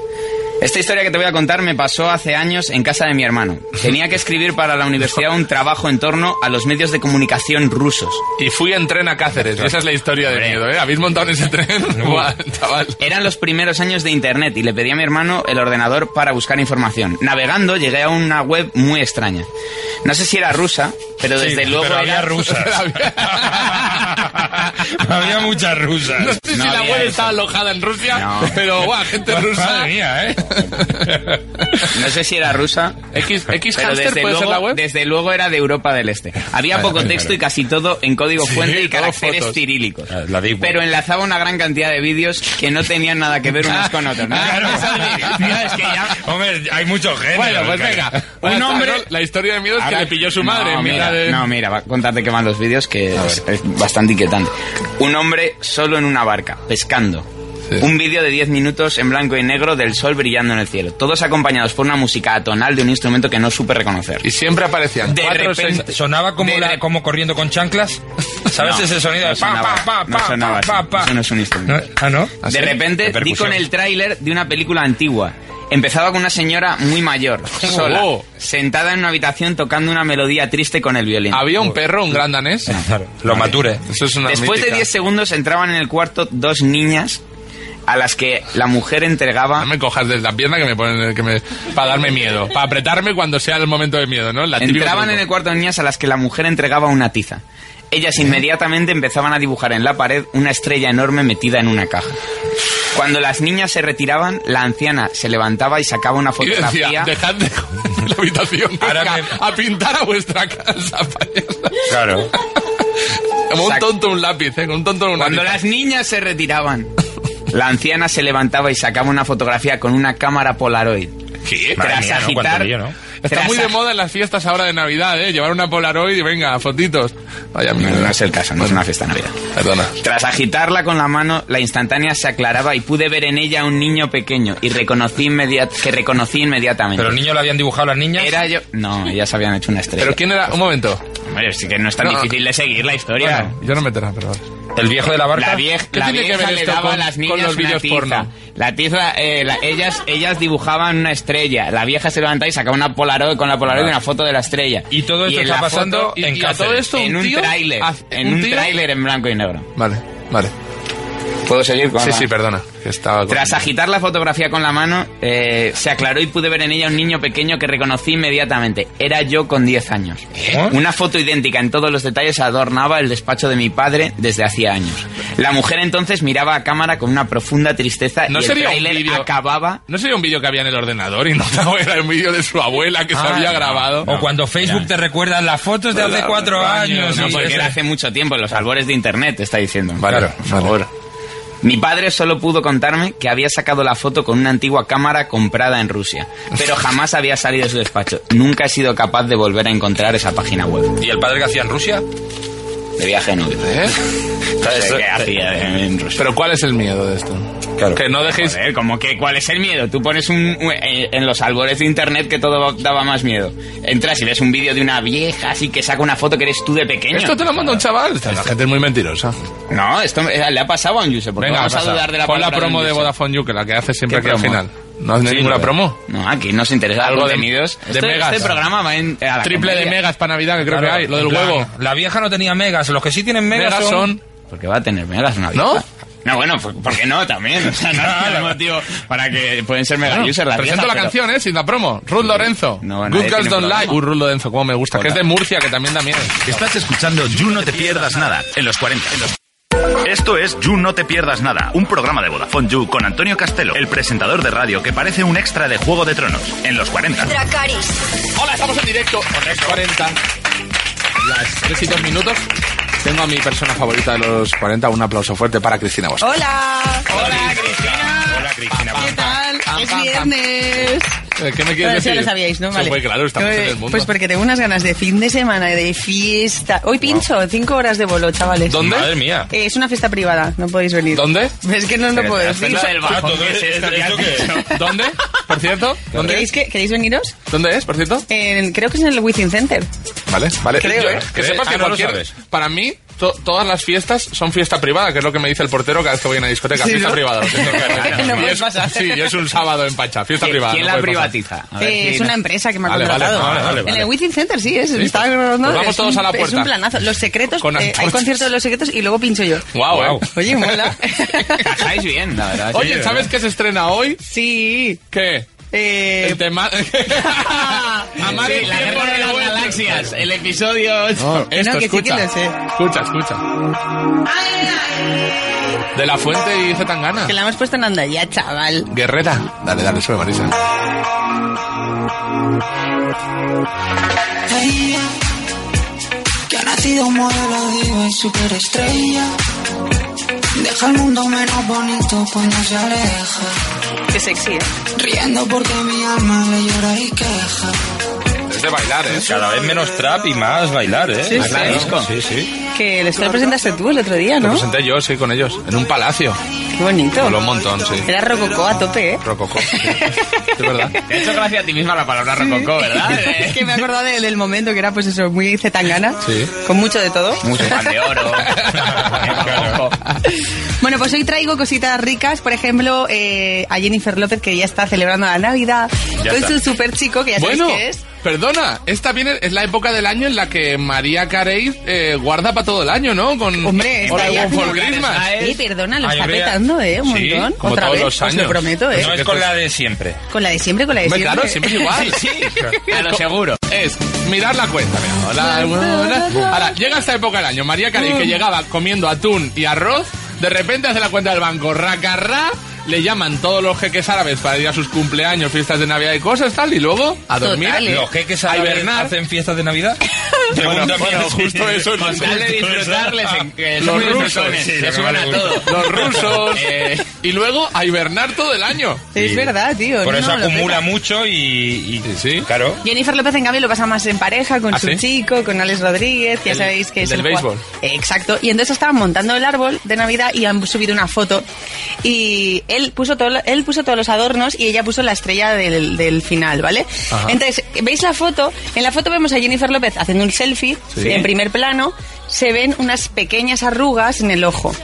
Esta historia que te voy a contar me pasó hace años en casa de mi hermano. Tenía que escribir para la universidad un trabajo en torno a los medios de comunicación rusos. Y fui en tren a Cáceres. Esa es la historia de miedo, ¿eh? Habéis montado en ese tren. Buah, chaval. Eran los primeros años de internet y le pedí a mi hermano el ordenador para buscar información. Navegando llegué a una web muy extraña. No sé si era rusa, pero Sí, desde luego pero había era rusas. Había muchas rusas. No sé si la web está alojada en Rusia, No. pero guau, gente Madre rusa. pues mía, ¿eh? No sé si era rusa. X, X pero hamster desde puede luego, ser la web. desde luego era de Europa del Este. Había Claro, poco claro. texto y casi todo en código Sí, fuente y todo caracteres fotos. Eh, cirílicos. La Deep Web. Pero enlazaba una gran cantidad de vídeos que no tenían nada que ver unos con otros. ¿no? Claro. Eso es- tío, es que ya- Hombre, hay muchos géneros. Bueno, pues cara. venga. Un hombre... La historia de miedo es ahora- que le pilló su madre No, en mira, mitad de... No, mira, va, contarte que van los vídeos que es, es bastante inquietante. Un hombre solo en una barca, pescando. Un vídeo de 10 minutos en blanco y negro del sol brillando en el cielo. Todos acompañados por una música atonal de un instrumento que no supe reconocer. Y siempre aparecían De cuatro o repente, seis- sonaba como, la- como corriendo con chanclas. ¿Sabes No, ese sonido? no de pa, sonaba, pa, pa, no pa, sonaba pa, así. pa, pa? Eso no es un instrumento. Ah, ¿no? De repente di con el tráiler de una película antigua. Empezaba con una señora muy mayor, sola, Oh. sentada en una habitación tocando una melodía triste con el violín. Había un perro, un gran danés. Lo mature. Eso es una Después de mítica. 10 segundos entraban en el cuarto dos niñas a las que la mujer entregaba... No me cojas desde la pierna que me ponen... Que me, para darme miedo. Para apretarme cuando sea el momento de miedo, ¿no? La típica Entraban en el cuarto de niñas a las que la mujer entregaba una tiza. Ellas inmediatamente empezaban a dibujar en la pared una estrella enorme metida en una caja. Cuando las niñas se retiraban, la anciana se levantaba y sacaba una Y fotografía. decía, dejad de joder la habitación. venga, A pintar a vuestra casa. Claro. Como un Sac- tonto un lápiz, ¿eh? Con Un tonto un lápiz. Cuando las niñas se retiraban, la anciana se levantaba y sacaba una fotografía con una cámara Polaroid. Madre mía, Tras ¿no? Cuánto agitar, lío, ¿no? Está tras muy de moda en las fiestas ahora de Navidad, ¿eh? Llevar una Polaroid y venga, fotitos. Vaya mierda. No es el caso, no es una fiesta de Navidad. Perdona. Tras agitarla con la mano, la instantánea se aclaraba y pude ver en ella a un niño pequeño y reconocí inmediat que reconocí inmediatamente. ¿Pero el niño lo habían dibujado las niñas? Era yo. No, ellas habían hecho una estrella. ¿Pero quién era? Un momento. Hombre, sí que no es tan No. difícil de seguir la historia. Bueno, yo no me enteré, pero... ¿El viejo de la barca? La, vieja- ¿Qué la tiene que vieja ver le esto daba con- a las con niñas los una vídeos tiza. porno? La tiza, eh, la- ellas, ellas dibujaban una estrella. La vieja se levantaba y sacaba una Polaroid con la Polaroid Ah. una foto de la estrella. Y todo esto en está la pasando foto- en y- y a Cáceres. todo esto en ¿Un un tío? tráiler, Haz- en ¿un un tío? tráiler en blanco y negro. Vale, vale. ¿Puedo seguir? con Sí, la- sí, perdona. que estaba con- Tras agitar la fotografía con la mano, eh, se aclaró y pude ver en ella un niño pequeño que reconocí inmediatamente. Era yo con 10 años. Una foto idéntica en todos los detalles adornaba el despacho de mi padre desde hacía años. La mujer entonces miraba a cámara con una profunda tristeza ¿No y el sería un tráiler vídeo? acababa... ¿No sería un vídeo que había en el ordenador y no era un vídeo de su abuela que se Ah, había no. grabado? O cuando Facebook te recuerda las fotos de hace cuatro años. No, y porque ese- era hace mucho tiempo, en los albores de internet, está diciendo. Vale, Claro, por favor. Mi padre solo pudo contarme que había sacado la foto con una antigua cámara comprada en Rusia, pero jamás había salido de su despacho. Nunca he sido capaz de volver a encontrar esa página web. ¿Y el padre que hacía en Rusia? De viaje a Nubia. No sé qué hacía en Rusia. eh, Pero ¿cuál es el miedo de esto? Que no dejéis... Joder, como que cuál es el miedo. Tú pones un, un- eh, en los albores de internet que todo daba más miedo. Entras y ves un vídeo de una vieja así que saca una foto que eres tú de pequeño. Esto te lo manda un chaval. Esta- La gente es muy mentirosa. No, esto eh, le ha pasado a un user. Porque Venga, vamos pasa. a dudar de la Pon la palabra promo un de user. Vodafone You, que la que hace siempre aquí ¿Qué al promo? final. ¿No hace Sí, ninguna pero- promo? No, aquí nos interesa Algo algo de- contenidos. de este, megas. este programa va en, a la Triple de comedia. megas para Navidad, que creo Claro, que hay. Lo del en plan, huevo. La vieja no tenía megas. Los que sí tienen megas, Megas son- Porque va a tener megas una ¿No? vieja. No, bueno, pues, ¿por qué no? También. O sea, no hay motivo para que pueden ser mega Bueno, users las presento viejas, la pero- canción, ¿eh? Sin la promo. Ruth Lorenzo. No, nadie Good Girls tiene Don't programa. Lie. Uh, Ruth Lorenzo, cómo me gusta. Que es de Murcia, que también da miedo. Estás escuchando You No Te Pierdas Nada en los 40. Esto es You No Te Pierdas Nada, un programa de Vodafone You con Antonio Castelo, el presentador de radio que parece un extra de Juego de Tronos en los 40. Dracaris. Hola, estamos en directo. Correcto. 40. Las 3 y 2 minutos. Tengo a mi persona favorita de los 40. Un aplauso fuerte para Cristina Bosch. Hola. Hola, Cristina. Hola, Cristina. ¿Qué tal? Es viernes. Eh, ¿Qué me quieres Bueno, decir? eso ya lo sabíais, ¿no? Eso Vale. fue claro, estamos Eh, en el mundo. Pues porque tengo unas ganas de fin de semana, de fiesta. Hoy pincho, cinco horas de bolo, chavales. ¿Dónde? Madre mía. Eh, es una fiesta privada, no podéis venir. ¿Dónde? Es que no os lo puedo decir. ¿Dónde? Por cierto, ¿dónde ¿Queréis, es? que, ¿Queréis veniros? ¿Dónde es, por cierto? En- creo que es en el Within Center. Vale, vale. Eh, Creo, Yo- ¿eh? Que Creo- sepas ah, que no lo cualquier- sabes. Para mí, to- todas las fiestas son fiesta privada, que es lo que me dice el portero cada vez que voy a una discoteca. Sí, fiesta ¿no? privada. lo siento, claro. No Y puedes es- pasar. Sí, y es un sábado en Pacha. Fiesta privada. ¿Quién no la puede pasar. privatiza? Eh, es una empresa que me ha Vale, vale, contratado. vale, vale, En vale. el Within Center, sí, es. Sí, está- pues, no, pues no, vamos es todos un- a la Es puerta. un planazo. Los secretos. Con eh, hay antorchas. concierto de los secretos y luego pincho yo. Guau, guau. Oye, mola. Estáis eh. bien, la Ah, verdad. Oye, ¿sabes qué se estrena hoy? Sí. ¿Qué? Eh, El tema... Amar Sí, el la tiempo guerra de de las vuelta. galaxias, el episodio 8. No, esto, que sí que escucha. lo sé. Escucha, escucha. De la fuente y Zetangana. Que la hemos puesto en Andaya, chaval. Guerrera. Dale, dale, sube, Marisa. Ella, que ha nacido un modelo diva y superestrella, deja el mundo menos bonito cuando se aleja, Qué sexy, ¿eh? riendo porque mi alma le llora y queja. de bailar, ¿eh? Cada vez menos trap y más bailar, ¿eh? Sí, Ah, claro. sí. Disco. sí. sí. Que el estudio presentaste tú el otro día, Lo ¿no? presenté yo, sí, con ellos, en un palacio. Qué bonito. Lo un montón, sí. Era rococó a tope, ¿eh? Rococó. Es verdad. Te ha hecho gracia a ti misma la palabra rococó, ¿verdad? Es que me he acordado de- del momento que era, pues eso, muy zetangana. Sí. Con mucho de todo. Mucho pan de oro. Bueno, pues hoy traigo cositas ricas. Por ejemplo, eh, a Jennifer López, que ya está celebrando la Navidad. Ya con está. su super chico, que ya sabéis Bueno, que es. perdona, esta viene, es la época del año en la que María Carey eh, guarda para todo el año, ¿no? Con, Hombre, está All I ya Want for como- Christmas. Eh, perdona, lo está Mayoría- petando, ¿eh? Un Sí, montón. como Otra todos vez, los os lo años. prometo, ¿eh? No es con la de siempre. Con la de siempre, con la de Hombre, siempre. claro, siempre es igual. Sí, sí, a lo Co- seguro. Es mirar la cuenta. mira, hola, hola. Ahora, llega esta época del año. María Carey, Mm. que llegaba comiendo atún y arroz, de repente hace la cuenta del banco. Racarra, le llaman todos los jeques árabes para ir a sus cumpleaños, fiestas de Navidad y cosas tal, y luego a dormir. Total, ¿eh? Los jeques árabes hacen fiestas de Navidad. bueno, bueno, justo eso. Con justo tal de eso. disfrutarles, en- que son los muy rusos, disfrutones, que lo que suben más a les gusta. todo. Los rusos. Eh, y luego a hibernar todo el año. Es verdad, tío. Por no, eso no, lo acumula peta. mucho y, y- claro. Jennifer López, en cambio, lo pasa más en pareja con ¿Ah, su sí? chico, con Alex Rodríguez, ya El- sabéis que el es del el jugador- béisbol. Eh, Exacto. Y entonces estaban montando el árbol de Navidad y han subido una foto. Y él puso, todo, lo- él puso todos los adornos y ella puso la estrella del, del final, ¿vale? Ajá. Entonces, ¿veis la foto? En la foto vemos a Jennifer López haciendo un selfie Sí. en primer plano. Se ven unas pequeñas arrugas en el ojo.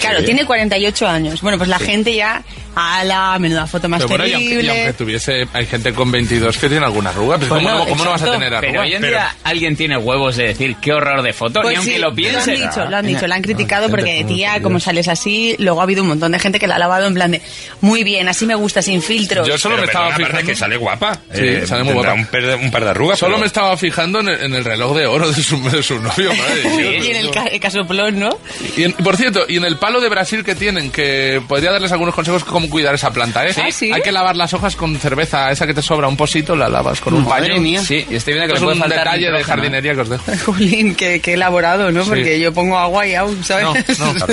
Claro, Sí. tiene 48 años. Bueno, pues la Sí. gente ya, ala, menuda foto más Pero bueno, y aunque, terrible. y aunque tuviese, hay gente con 22 que tiene alguna arruga. Pero Bueno, ¿cómo, no- cómo no vas a exacto, tener arruga? Pero hoy en día alguien tiene huevos de decir qué horror de foto, Pues ni aunque sí, lo piense. Lo han dicho, lo han dicho, lo Ah, han criticado porque, tía, como sales así, luego ha habido un montón de gente que la ha lavado en plan de, muy bien, así me gusta, sin filtro. Pero perdona, Berna, que sale guapa. Sí, sale muy Eh, tendrá guapa. Un par de, un par de arrugas. Solo pero- me estaba fijando en el, en el reloj de oro de su, de su novio. madre de Dios. Y en el, ca- el casoplón, ¿no? Y en- por cierto, y en el palo de Brasil que tienen, que podría darles algunos consejos cómo cuidar esa planta, ¿eh? ¿Ah, sí? Hay que lavar las hojas con cerveza, esa que te sobra un posito, la lavas con un Madre paño. mía. Sí, y estoy viendo que es le puede un faltar ¿eh? detalle de nitrógeno, jardinería que os dejo. Jolín, qué, qué elaborado, ¿no? Sí. Porque yo pongo agua y aún, ¿sabes? No, no,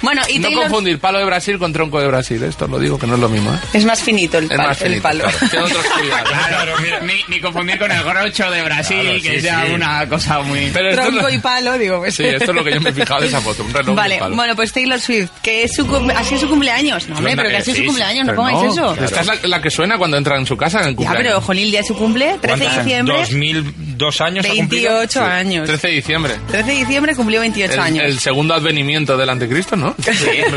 Bueno, y no Taylor- confundir palo de Brasil con tronco de Brasil, esto lo digo que no es lo mismo, ¿eh? Es más finito el, Es pal- más el finito, palo. claro. Tiene otros cuidados. Ni, ni confundir con el grocho de Brasil, Claro, que sí, sea sí. una cosa muy... Pero esto Tronco es y palo, digo. pues. Sí, esto es lo que yo me he fijado de esa foto, un reloj Vale, de palo. bueno, pues Taylor Swift, que es su cum- ha sido su cumpleaños. No, hombre, pero que ha sido su cumpleaños, no Pero pongáis no, eso. Esta es la, la que suena cuando entra en su casa en el Ya, cumpleaños. pero jolín, el día de su cumple, 13 de ¿Cuántos? diciembre. 2002 años ha cumplido? 28 años. 13 de diciembre. 13 de diciembre cumplió 28 El, años. el segundo advenimiento del anticristo, ¿no?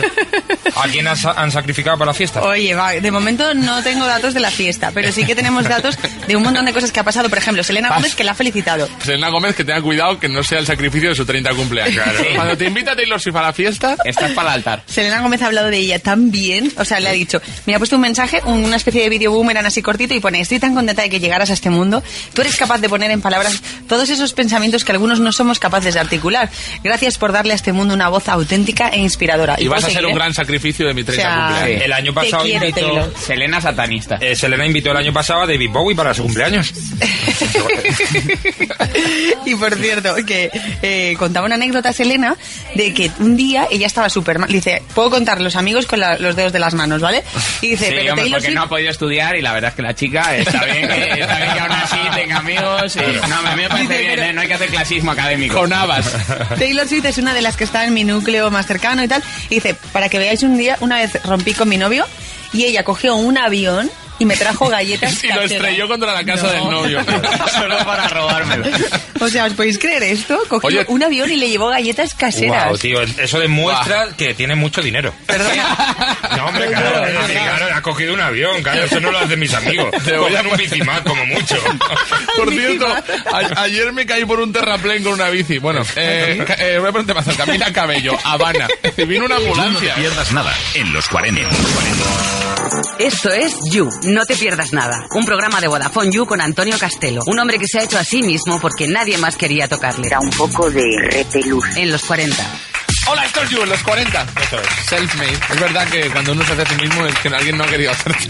¿A quién has- han sacrificado para la fiesta? Oye, va, de momento no tengo datos de la fiesta, pero sí que tenemos datos de un montón de cosas que ha pasado. Por ejemplo, Selena Gómez, que la ha felicitado. Selena Gómez, que tenga cuidado que no sea el sacrificio de su 30 cumpleaños. Claro. Cuando te invita Taylor Swift a la fiesta... Estás para el altar. Selena Gómez ha hablado de ella tan bien, o sea, le ha dicho, me ha puesto un mensaje, un- una especie de video boomerang así cortito y pone, estoy tan contenta de que llegaras a este mundo, tú eres capaz de poner en palabras todos esos pensamientos que algunos no somos capaces de articular. Gracias por darle a este mundo una voz auténtica e inspiradora. Y vas a seguir, ser un ¿eh? gran sacrificio de mi O 30 sea, cumpleaños. Sí. El año Te pasado quiero, Taylor. invitó... Eh, Selena satanista. Selena invitó el año pasado a David Bowie para su cumpleaños. Y por cierto, que eh, contaba una anécdota Selena de que un día ella estaba súper mal. Dice, puedo contar los amigos con la- los dedos de las manos, ¿vale? Y dice, Sí, pero hombre, Taylor porque Swift... no ha podido estudiar y la verdad es que la chica está bien que, está bien que aún así tenga amigos. y- no, a mí me parece bien, ¿eh? no hay que hacer clasismo académico. Con habas. Taylor Swift es una de las que está en mi núcleo más cercano y tal. Y dice, para que veáis un día, una vez rompí con mi novio y ella cogió un avión y me trajo galletas. Y lo caseras. estrelló contra la casa del novio. Solo para robármelo. O sea, ¿os podéis creer esto? Cogió Oye. un avión y le llevó galletas caseras. Wow, tío, eso demuestra que tiene mucho dinero. No, hombre, claro, no, sí, claro, ha cogido un avión, claro, eso no lo hacen mis amigos. Te voy a Cogen un bicimac como mucho. Por cierto, a- ayer me caí por un terraplén con una bici. Bueno, eh, ca- eh, voy a ponerte más cerca. Camila Cabello, Habana. Y vino una No te ambulancia. pierdas nada en los 40. Esto es You, no te pierdas nada. Un programa de Vodafone You con Antonio Castelo. Un hombre que se ha hecho a sí mismo porque nadie más quería tocarle. Da un poco de repelús. En los 40. Hola, esto es You, en los 40. Self-made. Es verdad que cuando uno se hace a sí mismo es que alguien no ha querido hacerse.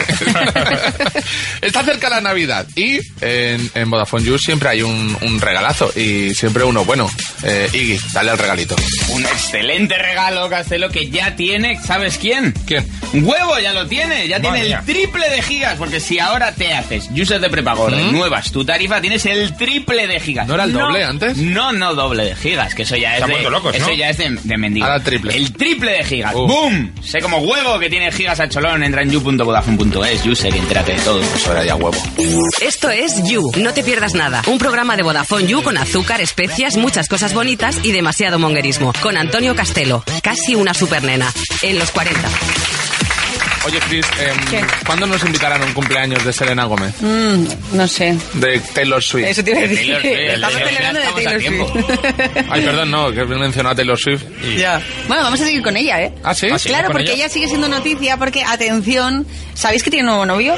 Está cerca la Navidad y en, en Vodafone You siempre hay un, un regalazo y siempre uno bueno. Eh, Iggy, dale al regalito. Un excelente regalo, Castelo, que ya tiene, ¿sabes quién? ¿Quién? Huevo, ya lo tiene, ya Madre tiene mía. el triple de gigas, porque si ahora te haces user de prepago, ¿Mm? renuevas tu tarifa, tienes el triple de gigas. ¿No era el doble antes? No, no doble de gigas, que eso ya Se es han de, vuelto locos, ¿no? eso ya es de, de mendigo. Ahora triple. El triple de gigas, Uh. ¡boom! Sé como huevo que tiene gigas a cholón, entra en you.vodafone.es, user, y entérate de todo. Pues ahora ya huevo. Esto es You, no te pierdas nada. Un programa de Vodafone You con azúcar, especias, muchas cosas bonitas y demasiado monguerismo. Con Antonio Castelo, casi una supernena. En los 40. Oye, Chris, em, ¿cuándo nos invitarán a un cumpleaños de Selena Gómez? Mm, no sé. De Taylor Swift. Eso te iba a decir. Estamos celebrando de Taylor Swift. Ay, perdón, no, que he mencionado a Taylor Swift. Ya. bueno, vamos a seguir con ella, ¿eh? Ah, sí. Ah, sí, Claro, con porque ella. ella? sigue siendo noticia porque, atención, ¿sabéis que tiene nuevo novio?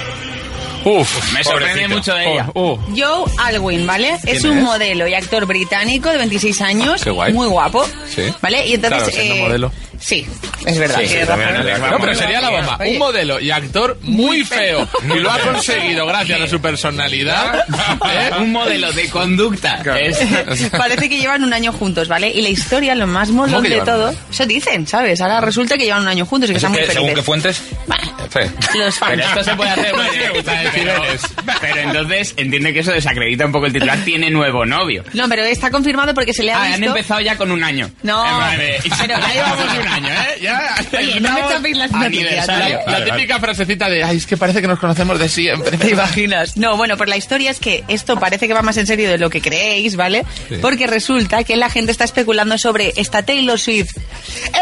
Uf, Me sorprende pobrecito. mucho de ella. Oh, oh. Joe Alwyn, ¿vale? ¿Quién Es un es? modelo y actor británico de 26 años. Qué guay. Muy guapo. Sí. ¿Vale? Y entonces. Claro, siendo eh, modelo. Sí, es verdad. Sí, sí, Tiene también razón. es verdad. No, pero sería la bomba. Oye. Un modelo y actor muy feo. Y lo ha conseguido gracias a su personalidad. ¿eh? Un modelo de conducta. Es- Parece que llevan un año juntos, ¿vale? Y la historia, lo más molón que de llevan un todo, eso dicen, ¿sabes? Ahora resulta que llevan un año juntos y que están muy según felices. qué fuentes. Los fans. Pero esto se puede hacer. No, bueno, sí, ¿sabes? Pero, pero entonces entiende que eso desacredita un poco el titular. Tiene nuevo novio. No, pero está confirmado porque se le ha Ah, han visto... empezado ya con un año. No. Eh, vale. Pero ya llevamos un año, ¿eh? Ya. Oye, no me estamos chapéis las a noticias, aniversario. ¿vale? La típica frasecita de, ay, es que parece que nos conocemos de siempre. ¿Te imaginas? No, bueno, pues la historia es que esto parece que va más en serio de lo que creéis, ¿vale? Sí. Porque resulta que la gente está especulando sobre esta Taylor Swift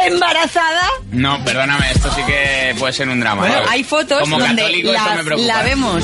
embarazada. No, perdóname, esto sí que puede ser un drama. Bueno, ¿eh? hay fotos Como donde católico, esto la, me preocupa. la vemos.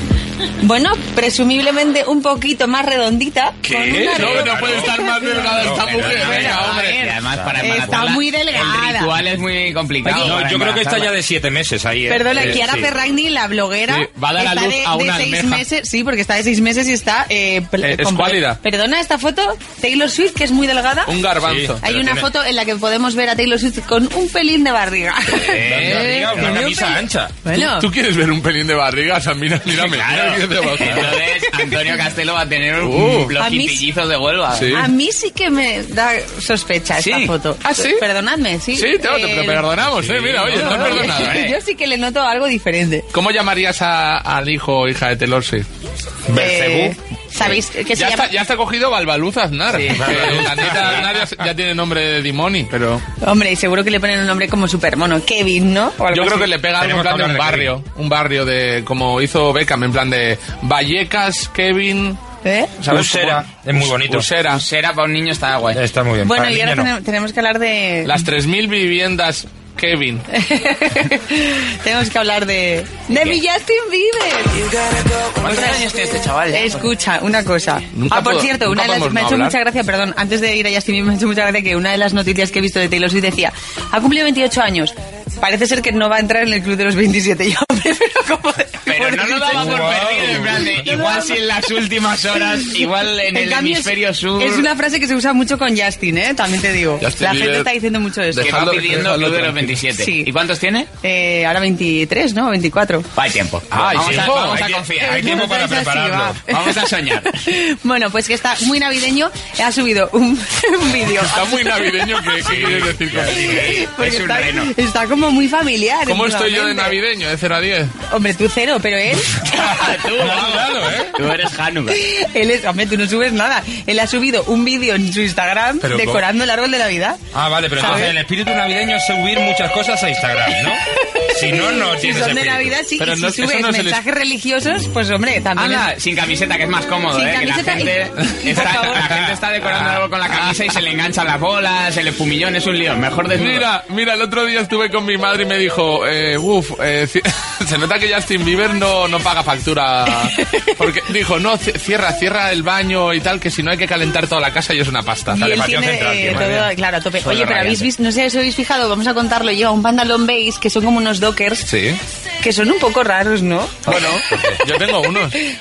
Bueno, presumiblemente un poquito más redondita. con una No, re- no puede estar más delgada eh. esta mujer. Venga, hombre. además, para Está embarazarla, muy delgada. El ritual es muy complicado. Oye, No, yo creo que está ya de siete meses ahí. ¿eh? Perdona, Eh, Kiara sí. Ferragni, la bloguera, Sí, va a dar a está luz de, a de una seis almeja. meses, sí, porque está de seis meses y está... eh, pl- Eh, es con- válida. Perdona esta foto, Taylor Swift, que es muy delgada. Un garbanzo. Hay Pero una tiene- foto en la que podemos ver a Taylor Swift con un pelín de barriga. Eh, Diga, una tiene un camisa ancha. Bueno. ¿Tú, tú quieres ver un pelín de barriga? O sea, mira, mírame. mira quién te va a gustar. Entonces, Antonio Castelo va a tener Uh. un A mí- bloquitillizo de Huelva. A mí sí que me da sospecha Sí. esta foto. ¿Ah, sí? Perdonadme, sí. Sí, te, te- te Eh, perdonamos, eh. Mira, oye, no, está no, perdonado, eh. Yo sí que le noto algo diferente. ¿Cómo llamarías a- al hijo o hija de Taylor Swift? Eh, ¿Sabéis que se Ya llama? está, ya está cogido Balbaluz Aznar. Sí. Que La neta Aznar ya, se- ya tiene nombre de Dimoni, pero... Hombre, y seguro que le ponen un nombre como supermono. Kevin, ¿no? O algo Yo creo así. que le pega algo en plan de un barrio. Un barrio de... Como hizo Beckham, en plan de... Vallecas, Kevin... ¿Eh? ¿sabes? Usera, Como- es muy bonito. Usera. Usera para un niño está guay. Está muy bien. Bueno, Para y el ahora niño no. tenem- tenemos que hablar de... Las 3.000 viviendas Kevin. tenemos que hablar de... ¡De mi Justin Bieber! ¿Cuántos años tiene este chaval? Escucha, una cosa. Nunca ah, por puedo- cierto, nunca una de las, podemos me ha no hecho hablar. mucha gracia, perdón, antes de ir a Justin Bieber, me ha hecho mucha gracia que una de las noticias que he visto de Taylor Swift decía, ha cumplido 28 años, parece ser que no va a entrar en el club de los 27. Y yo, hombre, pero como... Pero no lo daba por perdido, en plan de, igual si en las últimas horas, igual en, el cambio, es- hemisferio sur... Es una frase que se usa mucho con Justin, ¿eh? También te digo. Justin la Bieber, gente está diciendo mucho eso. que va pidiendo club de los 27. Sí. ¿Y cuántos tiene? Eh, ahora 23, ¿no? 24. Hay tiempo. Ah, hay vamos tiempo. A, vamos a Hay confiar. tiempo. Hay tiempo para Entonces, así prepararlo. va. Vamos a soñar. Bueno, pues que está muy navideño. Ha subido un, un vídeo. Está muy navideño, ¿qué, qué quieres decir con Porque Es un está, reno. está como muy familiar. ¿Cómo estoy yo de últimamente. navideño, de 0 a 10? Hombre, tú cero, pero él. tú, ¿eh? tú eres Hanukkah. él es, hombre, tú no subes nada. Él ha subido un vídeo en su Instagram Pero ¿cómo? decorando el árbol de Navidad. Ah, vale, pero entonces ¿Sabes? el espíritu navideño es subir muchas cosas a Instagram, ¿no? Si no, no Si tienes son de espíritu. Navidad, sí. Pero y si no- eso subes no es el- mensajes religiosos, pues hombre, también. Anda, es- sin camiseta, que es Ah, más cómodo, Sin ¿eh? Que la camiseta y- gente, y por está, favor. la gente está decorando algo con la camisa y se le enganchan las bolas, el espumillón, es un lío. Mejor desnudo. Mira, mira, el otro día estuve con mi madre y me dijo, eh, uff, eh, ci- se nota que Justin Bieber no, no paga factura. Porque dijo, no, ci- cierra, cierra el baño y tal, que si no hay que calentar toda la casa y es una pasta. Y Dale, él patio tiene central, eh, tío, madre todo, mía. claro, a tope. Solo Oye, pero habéis radiante. visto, no sé si os habéis fijado, vamos a contarlo, lleva un pantalón beige que son como unos dockers. Sí. que son un poco raros, ¿no? ¿O no? Yo tengo unos. Eh,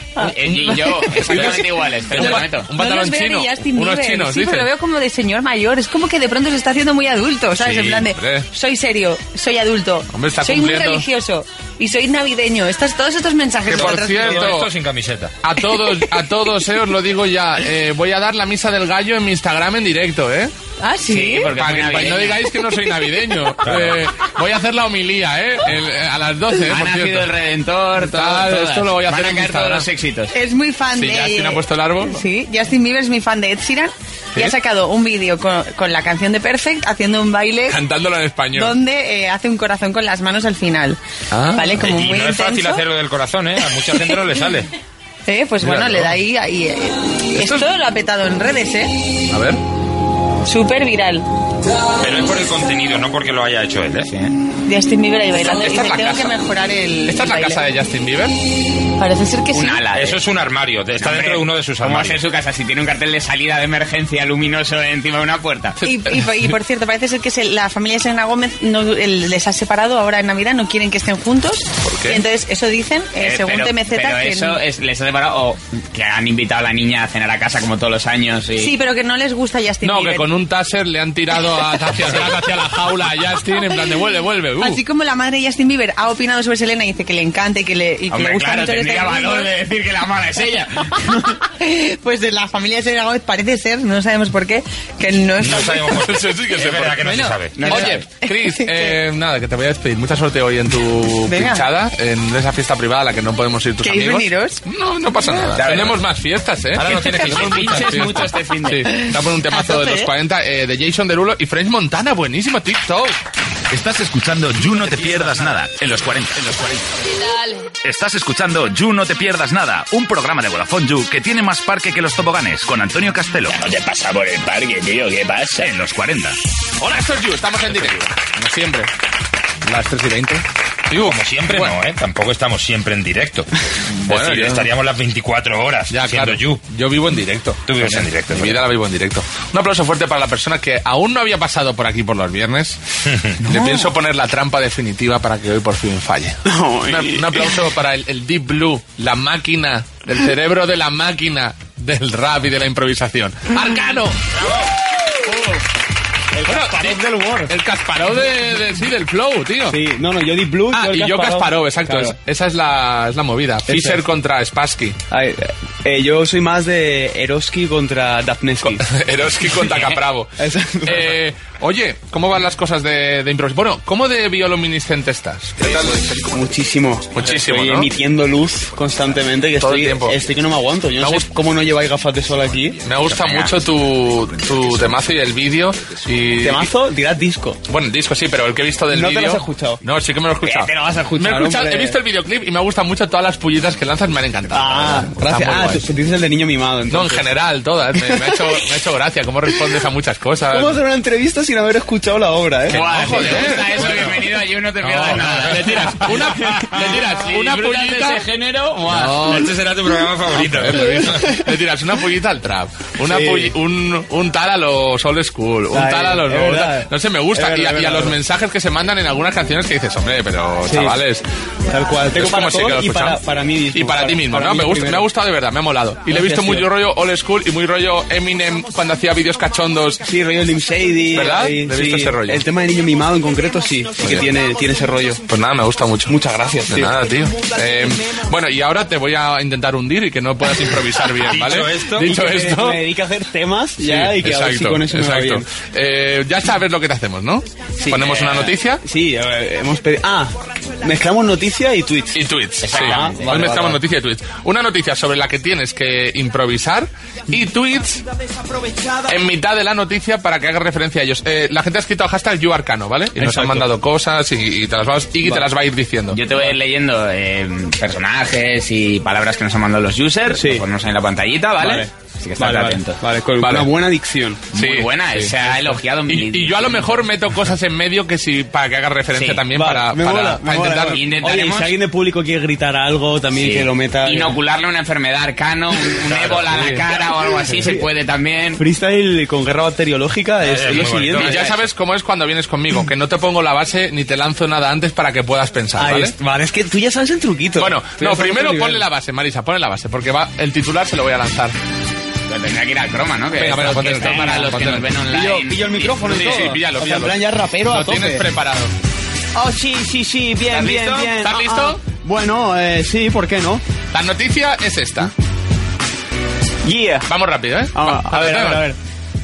Y yo, exactamente iguales, te lo Un pa- prometo. Un pantalón Ah. los veo chino. ni Justin Unos Bieber. chinos, Sí, pero dices. lo veo como de señor mayor. Es como que de pronto se está haciendo muy adulto, ¿sabes? Sí, en plan de, hombre. soy serio, soy adulto, Hombre, está soy cumpliendo. muy religioso y soy navideño. Estas, todos estos mensajes... Que por otras- cierto- Todo esto sin camiseta. A todos, a todos, eh, os lo digo ya. eh, voy a dar la misa del gallo en mi Instagram en directo, ¿eh? Ah, sí. Pa- es muy pa- navideño. no digáis que no soy navideño. Claro. Eh, voy a hacer la homilía, ¿eh? El- eh, a las 12, eh, Ha por nacido cierto. el Redentor, todo- Tal, todas. esto lo voy a Van hacer a en caer todos Instagram. los éxitos. Es muy fan Sí, de... Justin ha puesto el árbol. Sí, Justin Bieber es mi fan de Ed Sheeran Sí. y ha sacado un vídeo con, con la canción de Perfect haciendo un baile Cantándolo en español. donde eh, hace un corazón con las manos al final. Ah. ¿Vale? Como Ah. y muy no es fácil intenso. hacerlo del corazón, ¿eh? A mucha gente no le sale. Eh, pues bueno, Míralo. le da ahí... ahí, eh. Esto, lo ha petado en redes, ¿eh? A ver. Súper viral. Pero es por el contenido, no porque lo haya hecho él, ¿eh? Justin Bieber ahí bailando y dice, Esta es la tengo casa. que mejorar el ¿Esta es la baile". casa de Justin Bieber? Parece ser que sí. Eso es un armario, está dentro de uno de sus ¿eh? ¿Cómo va a armarios. ser su casa si tiene un cartel de salida de emergencia luminoso encima de una puerta? Y, y por- y por cierto, parece ser que se- la familia de Selena Gómez no, el- les ha separado ahora en Navidad, no quieren que estén juntos. qué? Y entonces, eso dicen, eh, Eh, según pero- TMZ, pero que eso eh, no- es- les ha separado o que han invitado a la niña a cenar a casa como todos los años y... Sí, pero que no les gusta Justin No, Bieber. que con un taser le han tirado a- hacia atrás, hacia la jaula a Justin, en plan de vuelve, vuelve. uh. Así como la madre de Justin Bieber ha opinado sobre Selena y dice que le encanta y que le, y que Hombre, le gusta claro, mucho que esté tendría con valor ellos, de decir que la mala es ella. eh. Pues de la familia de Selena Gómez parece ser, no sabemos por qué, que no está... Eso sí que se puede. se Bueno, sabe. No se Oye, Cris, eh, nada, que te voy a despedir. Mucha suerte hoy en tu Venga. pinchada, en esa fiesta privada a la que no podemos ir tus ¿Queréis amigos. veniros? No, no pasa nada. Ya Tenemos más fiestas, ¿eh? Ahora no tienes que ir. Tenemos muchas Pinches fiestas. mucho este fin de. Sí, está por un A temazo tope, de los ¿eh? 40 eh, de Jason Derulo y French Montana. Buenísimo TikTok. Estás escuchando You No Te Pierdas Nada en los 40. En los 40. Estás escuchando You No Te Pierdas Nada, un programa de Vodafone You que tiene más parque que los toboganes con Antonio Castelo. no te pasa por el parque, tío, ¿qué pasa? En los 40. Hola, esto es You. Estamos en directo. Como siempre. Las 3 y 20. Como siempre no, ¿eh? Tampoco estamos siempre en directo. Es Bueno, decir, yo- estaríamos las 24 horas siendo you. Yo vivo en directo. Tú vives en directo. Mi vida la vivo en directo. Un aplauso fuerte para la persona que aún no había pasado por aquí por los viernes. Le pienso poner la trampa definitiva para que hoy por fin falle. Un, a- un aplauso para el, el Deep Blue, la máquina, el cerebro de la máquina del rap y de la improvisación. ¡Arcano! El Kasparov del humor. El Kasparov de, de- sí, del flow, tío. Sí, no, no, yo di Blue. Ah, yo el y yo Kasparov. Kasparov, exacto. Claro. es- esa es la, es la movida. pues, Fischer es. contra Spassky. Ay, eh, yo soy más de Eroski contra Dapneski. Eroski contra Capravo. Eh, oye, ¿cómo van las cosas de, de improvisación? Bueno, ¿cómo de bioluminiscente estás? Muchísimo. Muchísimo, Estoy ¿no? Oh. emitiendo luz constantemente, que Todo el estoy, tiempo. estoy que no me aguanto. Yo no sé cómo no lleváis gafas de sol aquí. Me gusta mucho tu, tu temazo y el vídeo. Y... ¿Temazo? Dirás disco. Bueno, disco sí, pero el que he visto del No te vídeo... lo has escuchado. No, sí que me lo he escuchado. Te lo vas a escuchar, Me he, escuchado- he hombre. visto el videoclip y me gustan mucho todas las pullitas que lanzas, me han encantado. Ah, Está gracias. muy Ah, guay. tú tú dices el de niño mimado. No, en entonces. general, todas. Me, me ha hecho, me ha hecho gracia cómo respondes a muchas cosas. ¿Cómo hacer una entrevista sin haber escuchado la obra, eh? Buah, Ojo, si te eh. Está eso, bienvenido a You, no te pierdas nada. Le tiras una, le tiras Si una disfrutas de pullita... ese género, ¡buah! No. Este será tu programa favorito. Eh, lo digo. Le tiras una pollita al trap, una Sí. pulli- un, un tal a los old school, un Ay, tal a los es nuevos, verdad. tal. No sé, me gusta. Es y, a, verdad, y a es los verdad. mensajes que se mandan en algunas canciones que dices, hombre, pero Sí. chavales. Tal cual. Tengo es como para si que todos lo y para, escuchamos. para mí mismo. Y para, ti mismo, ¿no? mí Me, gusta, primero. me ha gustado de verdad, me ha molado. Y le Gracias, he visto muy tío. rollo old school y muy rollo Eminem cuando hacía vídeos cachondos. Sí, rollo Slim Shady. ¿Verdad? ahí, Le he visto sí. ese rollo. El tema de niño mimado en concreto sí, sí que tiene, tiene ese rollo. Pues nada, me gusta mucho. Muchas gracias, De tío. nada, tío. Eh, bueno, y ahora te voy a intentar hundir y que no puedas improvisar bien, ¿vale? Dicho esto, Dicho y que me- esto me dedique a hacer temas ya Sí, y que a ver si con eso me va bien. Eh, ya sabes lo que te hacemos, ¿no? Sí, Ponemos eh, una noticia. Sí, a ver, hemos pedido. Ah, mezclamos noticia y tweets. Y tweets. Sí. Ah, Hoy vale, vale. mezclamos noticia y tweets. Una noticia sobre la que tienes que improvisar y tweets en mitad de la noticia para que haga referencia a ellos. Eh, la gente ha escrito hashtag YouArcano, ¿vale? Y nos Exacto. han mandado cosas y, y te las vamos, y te Vale. las va a ir diciendo. Yo te voy a ir leyendo eh, personajes y palabras que nos han mandado los users. Lo ponemos ahí en la pantallita, ¿vale? Vale. Así que estás Vale, vale, atento. vale, con Vale. una buena dicción. Muy Sí, buena, sí. se ha elogiado mi Y, y yo a lo mejor meto cosas en medio que sí, para que haga referencia Sí. también Vale, para, me para- mola, me para mola. intentar- Oye, y Intentaremos si alguien de público quiere gritar algo, también sí, que lo meta. inocularle una enfermedad arcano, un, un ébola a la cara, guerra o algo así se puede también. Freestyle con guerra bacteriológica Eh, es, es lo siguiente. Y ya sabes cómo es cuando vienes conmigo, que no te pongo la base ni te lanzo nada antes para que puedas pensar, Ahí ¿vale? es- vale, es que tú ya sabes el truquito. Bueno, Tú ya no, sabes primero el nivel. ponle la base, Marisa, ponle la base, porque va el titular se lo voy a lanzar. Lo tendría que ir al croma, ¿no? Que Venga, venga, esto- ponte que esto para los que nos ven online. el micrófono y sí, todo. Sí, píllalo, O sea, en píllalo. plan ya rapero a Lo tienes tope. preparado. Oh, sí, sí, sí, bien, ¿Estás bien, listo? bien. Ah, ¿Estás listo? Bueno, eh, sí, ¿por qué no? La noticia es esta. Yeah. Vamos rápido, ¿eh? Ah, a ver, a ver, a ver.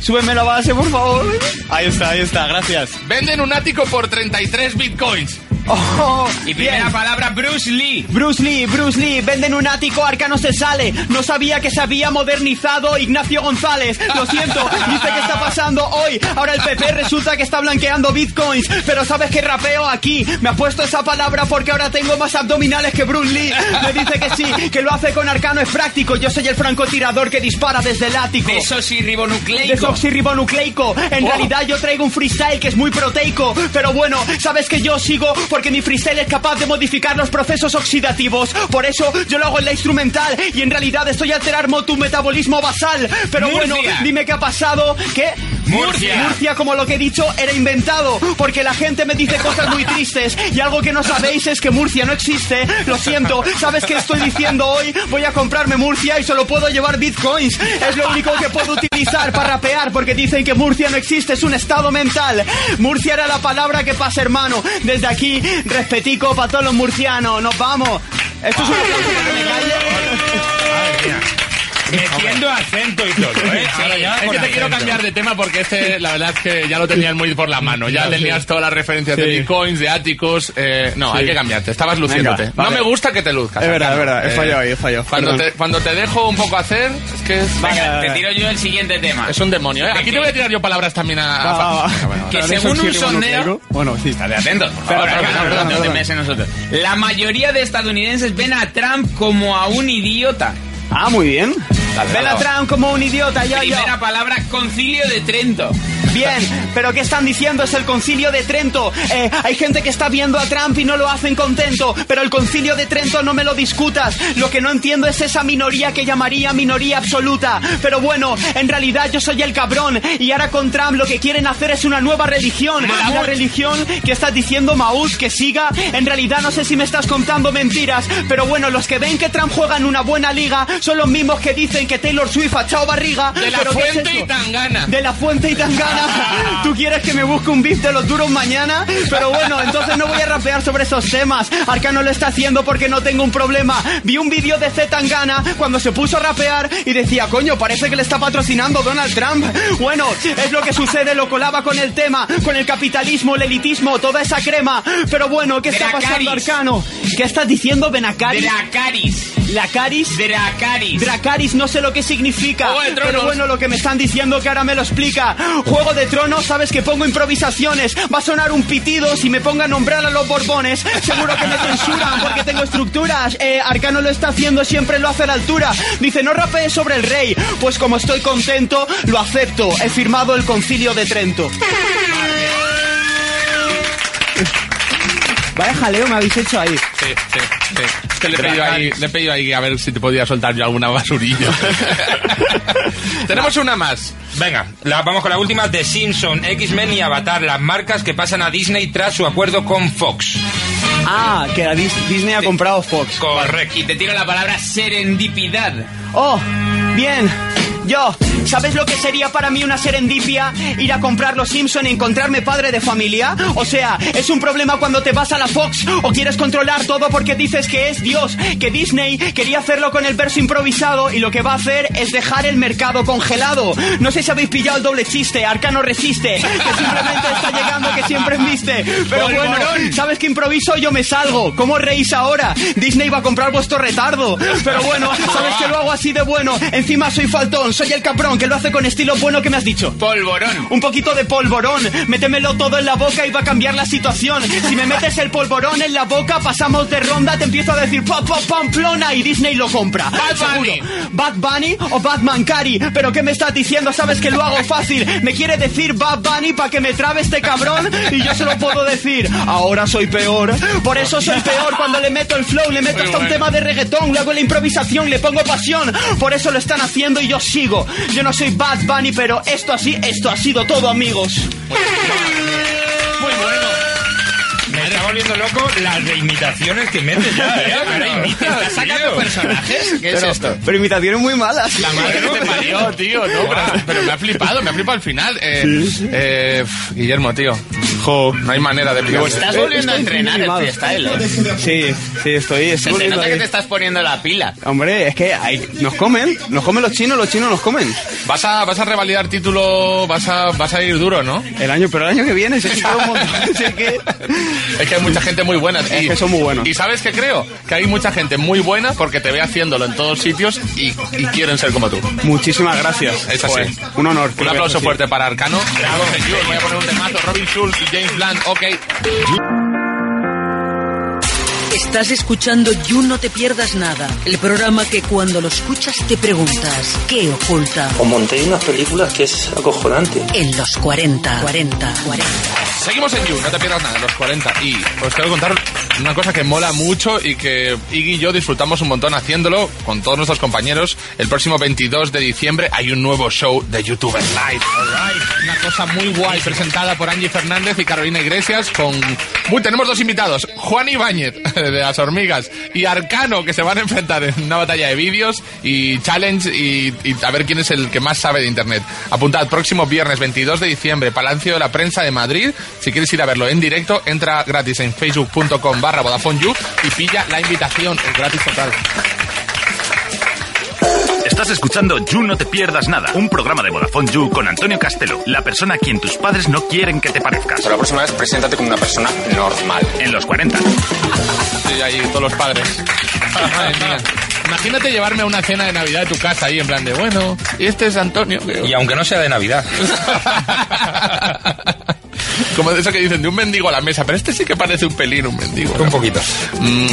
Súbeme la base, por favor. Ahí está, ahí está, gracias. Venden un ático por 33 bitcoins. Oh, y primera palabra, Bruce Lee. Bruce Lee, Bruce Lee, venden un ático, Arca no se sale. No sabía que se había modernizado Ignacio González. Lo siento, dice que está pasando hoy. Ahora el PP resulta que está blanqueando bitcoins. Pero sabes que rapeo aquí. Me ha puesto esa palabra porque ahora tengo más abdominales que Bruce Lee. Me dice que sí, que lo hace con Arcano es práctico. Yo soy el francotirador que dispara desde el ático. Desoxirribonucleico. Desoxirribonucleico. En Oh. realidad yo traigo un freestyle que es muy proteico. Pero bueno, sabes que yo sigo porque mi freestyle es capaz de modificar los procesos oxidativos. Por eso yo lo hago en la instrumental y en realidad estoy alterando tu metabolismo basal. Pero bueno, Murcia. dime qué ha pasado. ¿Qué? Murcia. Murcia, como lo que he dicho, era inventado. Porque la gente me dice cosas muy tristes. Y algo que no sabéis es que Murcia no existe. Lo siento, ¿sabes qué estoy diciendo hoy? Voy a comprarme Murcia y solo puedo llevar bitcoins. Es lo único que puedo utilizar para rapear. Porque dicen que Murcia no existe, es un estado mental. Murcia era la palabra que pasa, hermano. Desde aquí, respetico para todos los murcianos. Nos vamos. Esto es una cosa que me Metiendo acento y todo, ¿eh? Ahora ya es con que te acento. quiero cambiar de tema porque este, la verdad es que ya lo tenías muy por la mano. Ya No, tenías sí. todas las referencias de Sí. bitcoins, de áticos. eh, no, Sí. hay que cambiarte. Estabas Venga, luciéndote. vale. No me gusta que te luzcas. Es verdad, es verdad. He Eh, fallado ahí, he fallado. Cuando Perdón. te, cuando te dejo un poco hacer, es que es... Venga, te tiro yo el siguiente tema. Es un demonio, ¿eh? Aquí te voy a tirar yo palabras también a... a- Va, va, va. Venga, bueno, Que vale. según un sondeo- Bueno, sí. Estate atento, por favor, Espera, acá, espera, espera, no te espera. meses en nosotros. La mayoría de estadounidenses ven a Trump como a un idiota. Ah, muy bien. Ven a vamos. Trump como un idiota, yo, yo. Primera palabra, concilio de Trento. Bien, pero ¿qué están diciendo? Es el concilio de Trento. Eh, hay gente que está viendo a Trump y no lo hacen contento, pero el concilio de Trento no me lo discutas. Lo que no entiendo es esa minoría que llamaría minoría absoluta. Pero bueno, en realidad yo soy el cabrón y ahora con Trump lo que quieren hacer es una nueva religión. Una religión que estás diciendo, Maús, que siga. En realidad no sé si me estás contando mentiras, pero bueno, los que ven que Trump juega en una buena liga son los mismos que dicen que Taylor Swift ha echado barriga. De la ¿Pero qué es fuente eso? y Tangana. De la fuente y tangana. Tú quieres que me busque un beef de los duros mañana, pero bueno, entonces no voy a rapear sobre esos temas. Arcano lo está haciendo porque no tengo un problema. Vi un vídeo de Z Tangana cuando se puso a rapear y decía, coño, parece que le está patrocinando Donald Trump. Bueno, es lo que sucede, lo colaba con el tema, con el capitalismo, el elitismo, toda esa crema. Pero bueno, ¿qué está pasando, Dracarys. Arcano? ¿Qué estás diciendo, Benacaris? Dracaris. ¿La Caris? Dracaris. Dracaris, no sé lo que significa. Juego de Tronos. pero bueno, lo que me están diciendo que ahora me lo explica. Juego de Tronos, sabes que pongo improvisaciones. Va a sonar un pitido si me ponga a nombrar a los Borbones. Seguro que me censuran porque tengo estructuras. Eh, Arcano lo está haciendo, siempre lo hace a la altura. Dice, no rapees sobre el rey. Pues como estoy contento, lo acepto. He firmado el concilio de Trento. Vaya jaleo me habéis hecho ahí. Sí, sí, sí. Es que le he pedido ahí, le he pedido ahí a ver si te podía soltar yo alguna basurilla. Tenemos una más. Venga, la- vamos con la última de Simpson, X-Men y Avatar, las marcas que pasan a Disney tras su acuerdo con Fox. Ah, que la Dis- Disney ha comprado Fox. Correcto. Y te tiro la palabra serendipidad. Oh, bien. Yo, ¿sabes lo que sería para mí una serendipia? Ir a comprar los Simpson y encontrarme padre de familia. O sea, es un problema cuando te vas a la Fox o quieres controlar todo porque dices que es Dios, que Disney quería hacerlo con el verso improvisado y lo que va a hacer es dejar el mercado congelado. No sé si habéis pillado el doble chiste, Arcano resiste, que simplemente está llegando, que siempre es viste. Pero bueno, Polvorón. ¿sabes que improviso? Yo me salgo. ¿Cómo reís ahora? Disney va a comprar vuestro retardo. Pero bueno, ¿sabes que lo hago así de bueno? Encima soy faltón, soy el cabrón aunque lo hace con estilo bueno que me has dicho. Polvorón. Un poquito de polvorón. Métemelo todo en la boca y va a cambiar la situación. Si me metes el polvorón en la boca, pasamos de ronda, te empiezo a decir pop, pop, pamplona y Disney lo compra. Bad Bunny. Seguro. Bad Bunny o Batman Cari. Pero ¿qué me estás diciendo? Sabes que lo hago fácil. Me quiere decir Bad Bunny para que me trabe este cabrón y yo se lo puedo decir. Ahora soy peor. Por eso soy peor cuando le meto el flow, le meto Muy hasta un bueno. tema de reggaetón, le hago la improvisación, le pongo pasión. Por eso lo están haciendo y yo sigo. Yo no soy Bad Bunny, pero esto así, esto ha sido todo, amigos. Me está volviendo loco las reimitaciones que metes ya, ¿eh? Ahora imitas, estás sacando personajes. ¿Qué Pero- Pero imitaciones muy malas. La madre que te parió, tío. No, pero, pero me ha flipado, me ha flipado al final. Eh, eh, pf, Guillermo, tío. No hay manera de explicar. Eh, Estás volviendo a entrenar el freestyle, ¿eh? Sí, sí, estoy. Se estoy te volviendo nota que ahí. te estás poniendo la pila. Hombre, es que hay- nos comen, nos comen los chinos, los chinos nos comen. Vas a, vas a revalidar título, vas a, vas a ir duro, ¿no? El año, pero el año que viene se queda un montón. Es que hay mucha gente muy buena. Es que son muy buenos. Y sabes que creo que hay mucha gente muy buena porque te ve haciéndolo en todos sitios y, y quieren ser como tú. Muchísimas gracias. Es así. Joder, un honor. Un creo que aplauso es así. fuerte para Arcano. Bravo, señor. Voy a poner un temazo. Robin Schulz y James Blunt. Ok. Estás escuchando You No Te Pierdas Nada, el programa que cuando lo escuchas te preguntas, ¿qué oculta? Os montéis unas películas que es acojonante. En los 40, 40, 40. Seguimos en You, no te pierdas nada, los 40. Y os quiero contar una cosa que mola mucho y que Iggy y yo disfrutamos un montón haciéndolo con todos nuestros compañeros. El próximo 22 de diciembre hay un nuevo show de YouTuber Live. Alright. Una cosa muy guay presentada por Angie Fernández y Carolina Iglesias con... Uy, tenemos dos invitados, Juan Ibáñez de Las Hormigas y Arcano que se van a enfrentar en una batalla de vídeos y challenge y, y a ver quién es el que más sabe de internet. Apuntad, próximo viernes 22 de diciembre, Palacio de la Prensa de Madrid. Si quieres ir a verlo en directo, entra gratis en facebook.com barra Vodafone You y pilla la invitación, es gratis total. Estás escuchando You No Te Pierdas Nada, un programa de Vodafone You con Antonio Castelo, la persona a quien tus padres no quieren que te parezcas. Pero la próxima vez preséntate como una persona normal. En los 40. Estoy ahí, todos los padres. Madre mía. Imagínate llevarme a una cena de Navidad de tu casa ahí en plan de, bueno, y este es Antonio. Y aunque no sea de Navidad. Como de eso que dicen, de un mendigo a la mesa, pero este sí que parece un pelín un mendigo. Un poquito.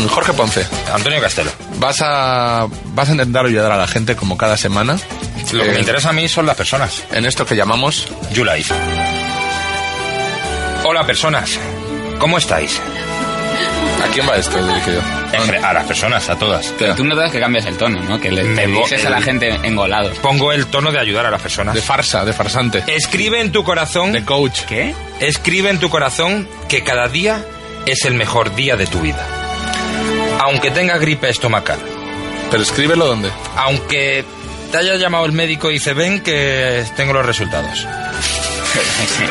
Jorge Ponce. Antonio Castelo. Vas a, vas a intentar ayudar a la gente como cada semana. Eh, Lo que me interesa a mí son las personas. En esto que llamamos You Life. Hola, personas. ¿Cómo estáis? ¿A quién va esto dirigido? A las personas, a todas. Tú notas que cambias el tono, ¿no? Que le Me te vo- diriges a la gente engolado. Pongo el tono de ayudar a las personas. De farsa, de farsante. Escribe en tu corazón. De coach. ¿Qué? Escribe en tu corazón que cada día es el mejor día de tu vida. Aunque tengas gripe estomacal. ¿Pero escríbelo dónde? Aunque te haya llamado el médico y dice, ven que tengo los resultados.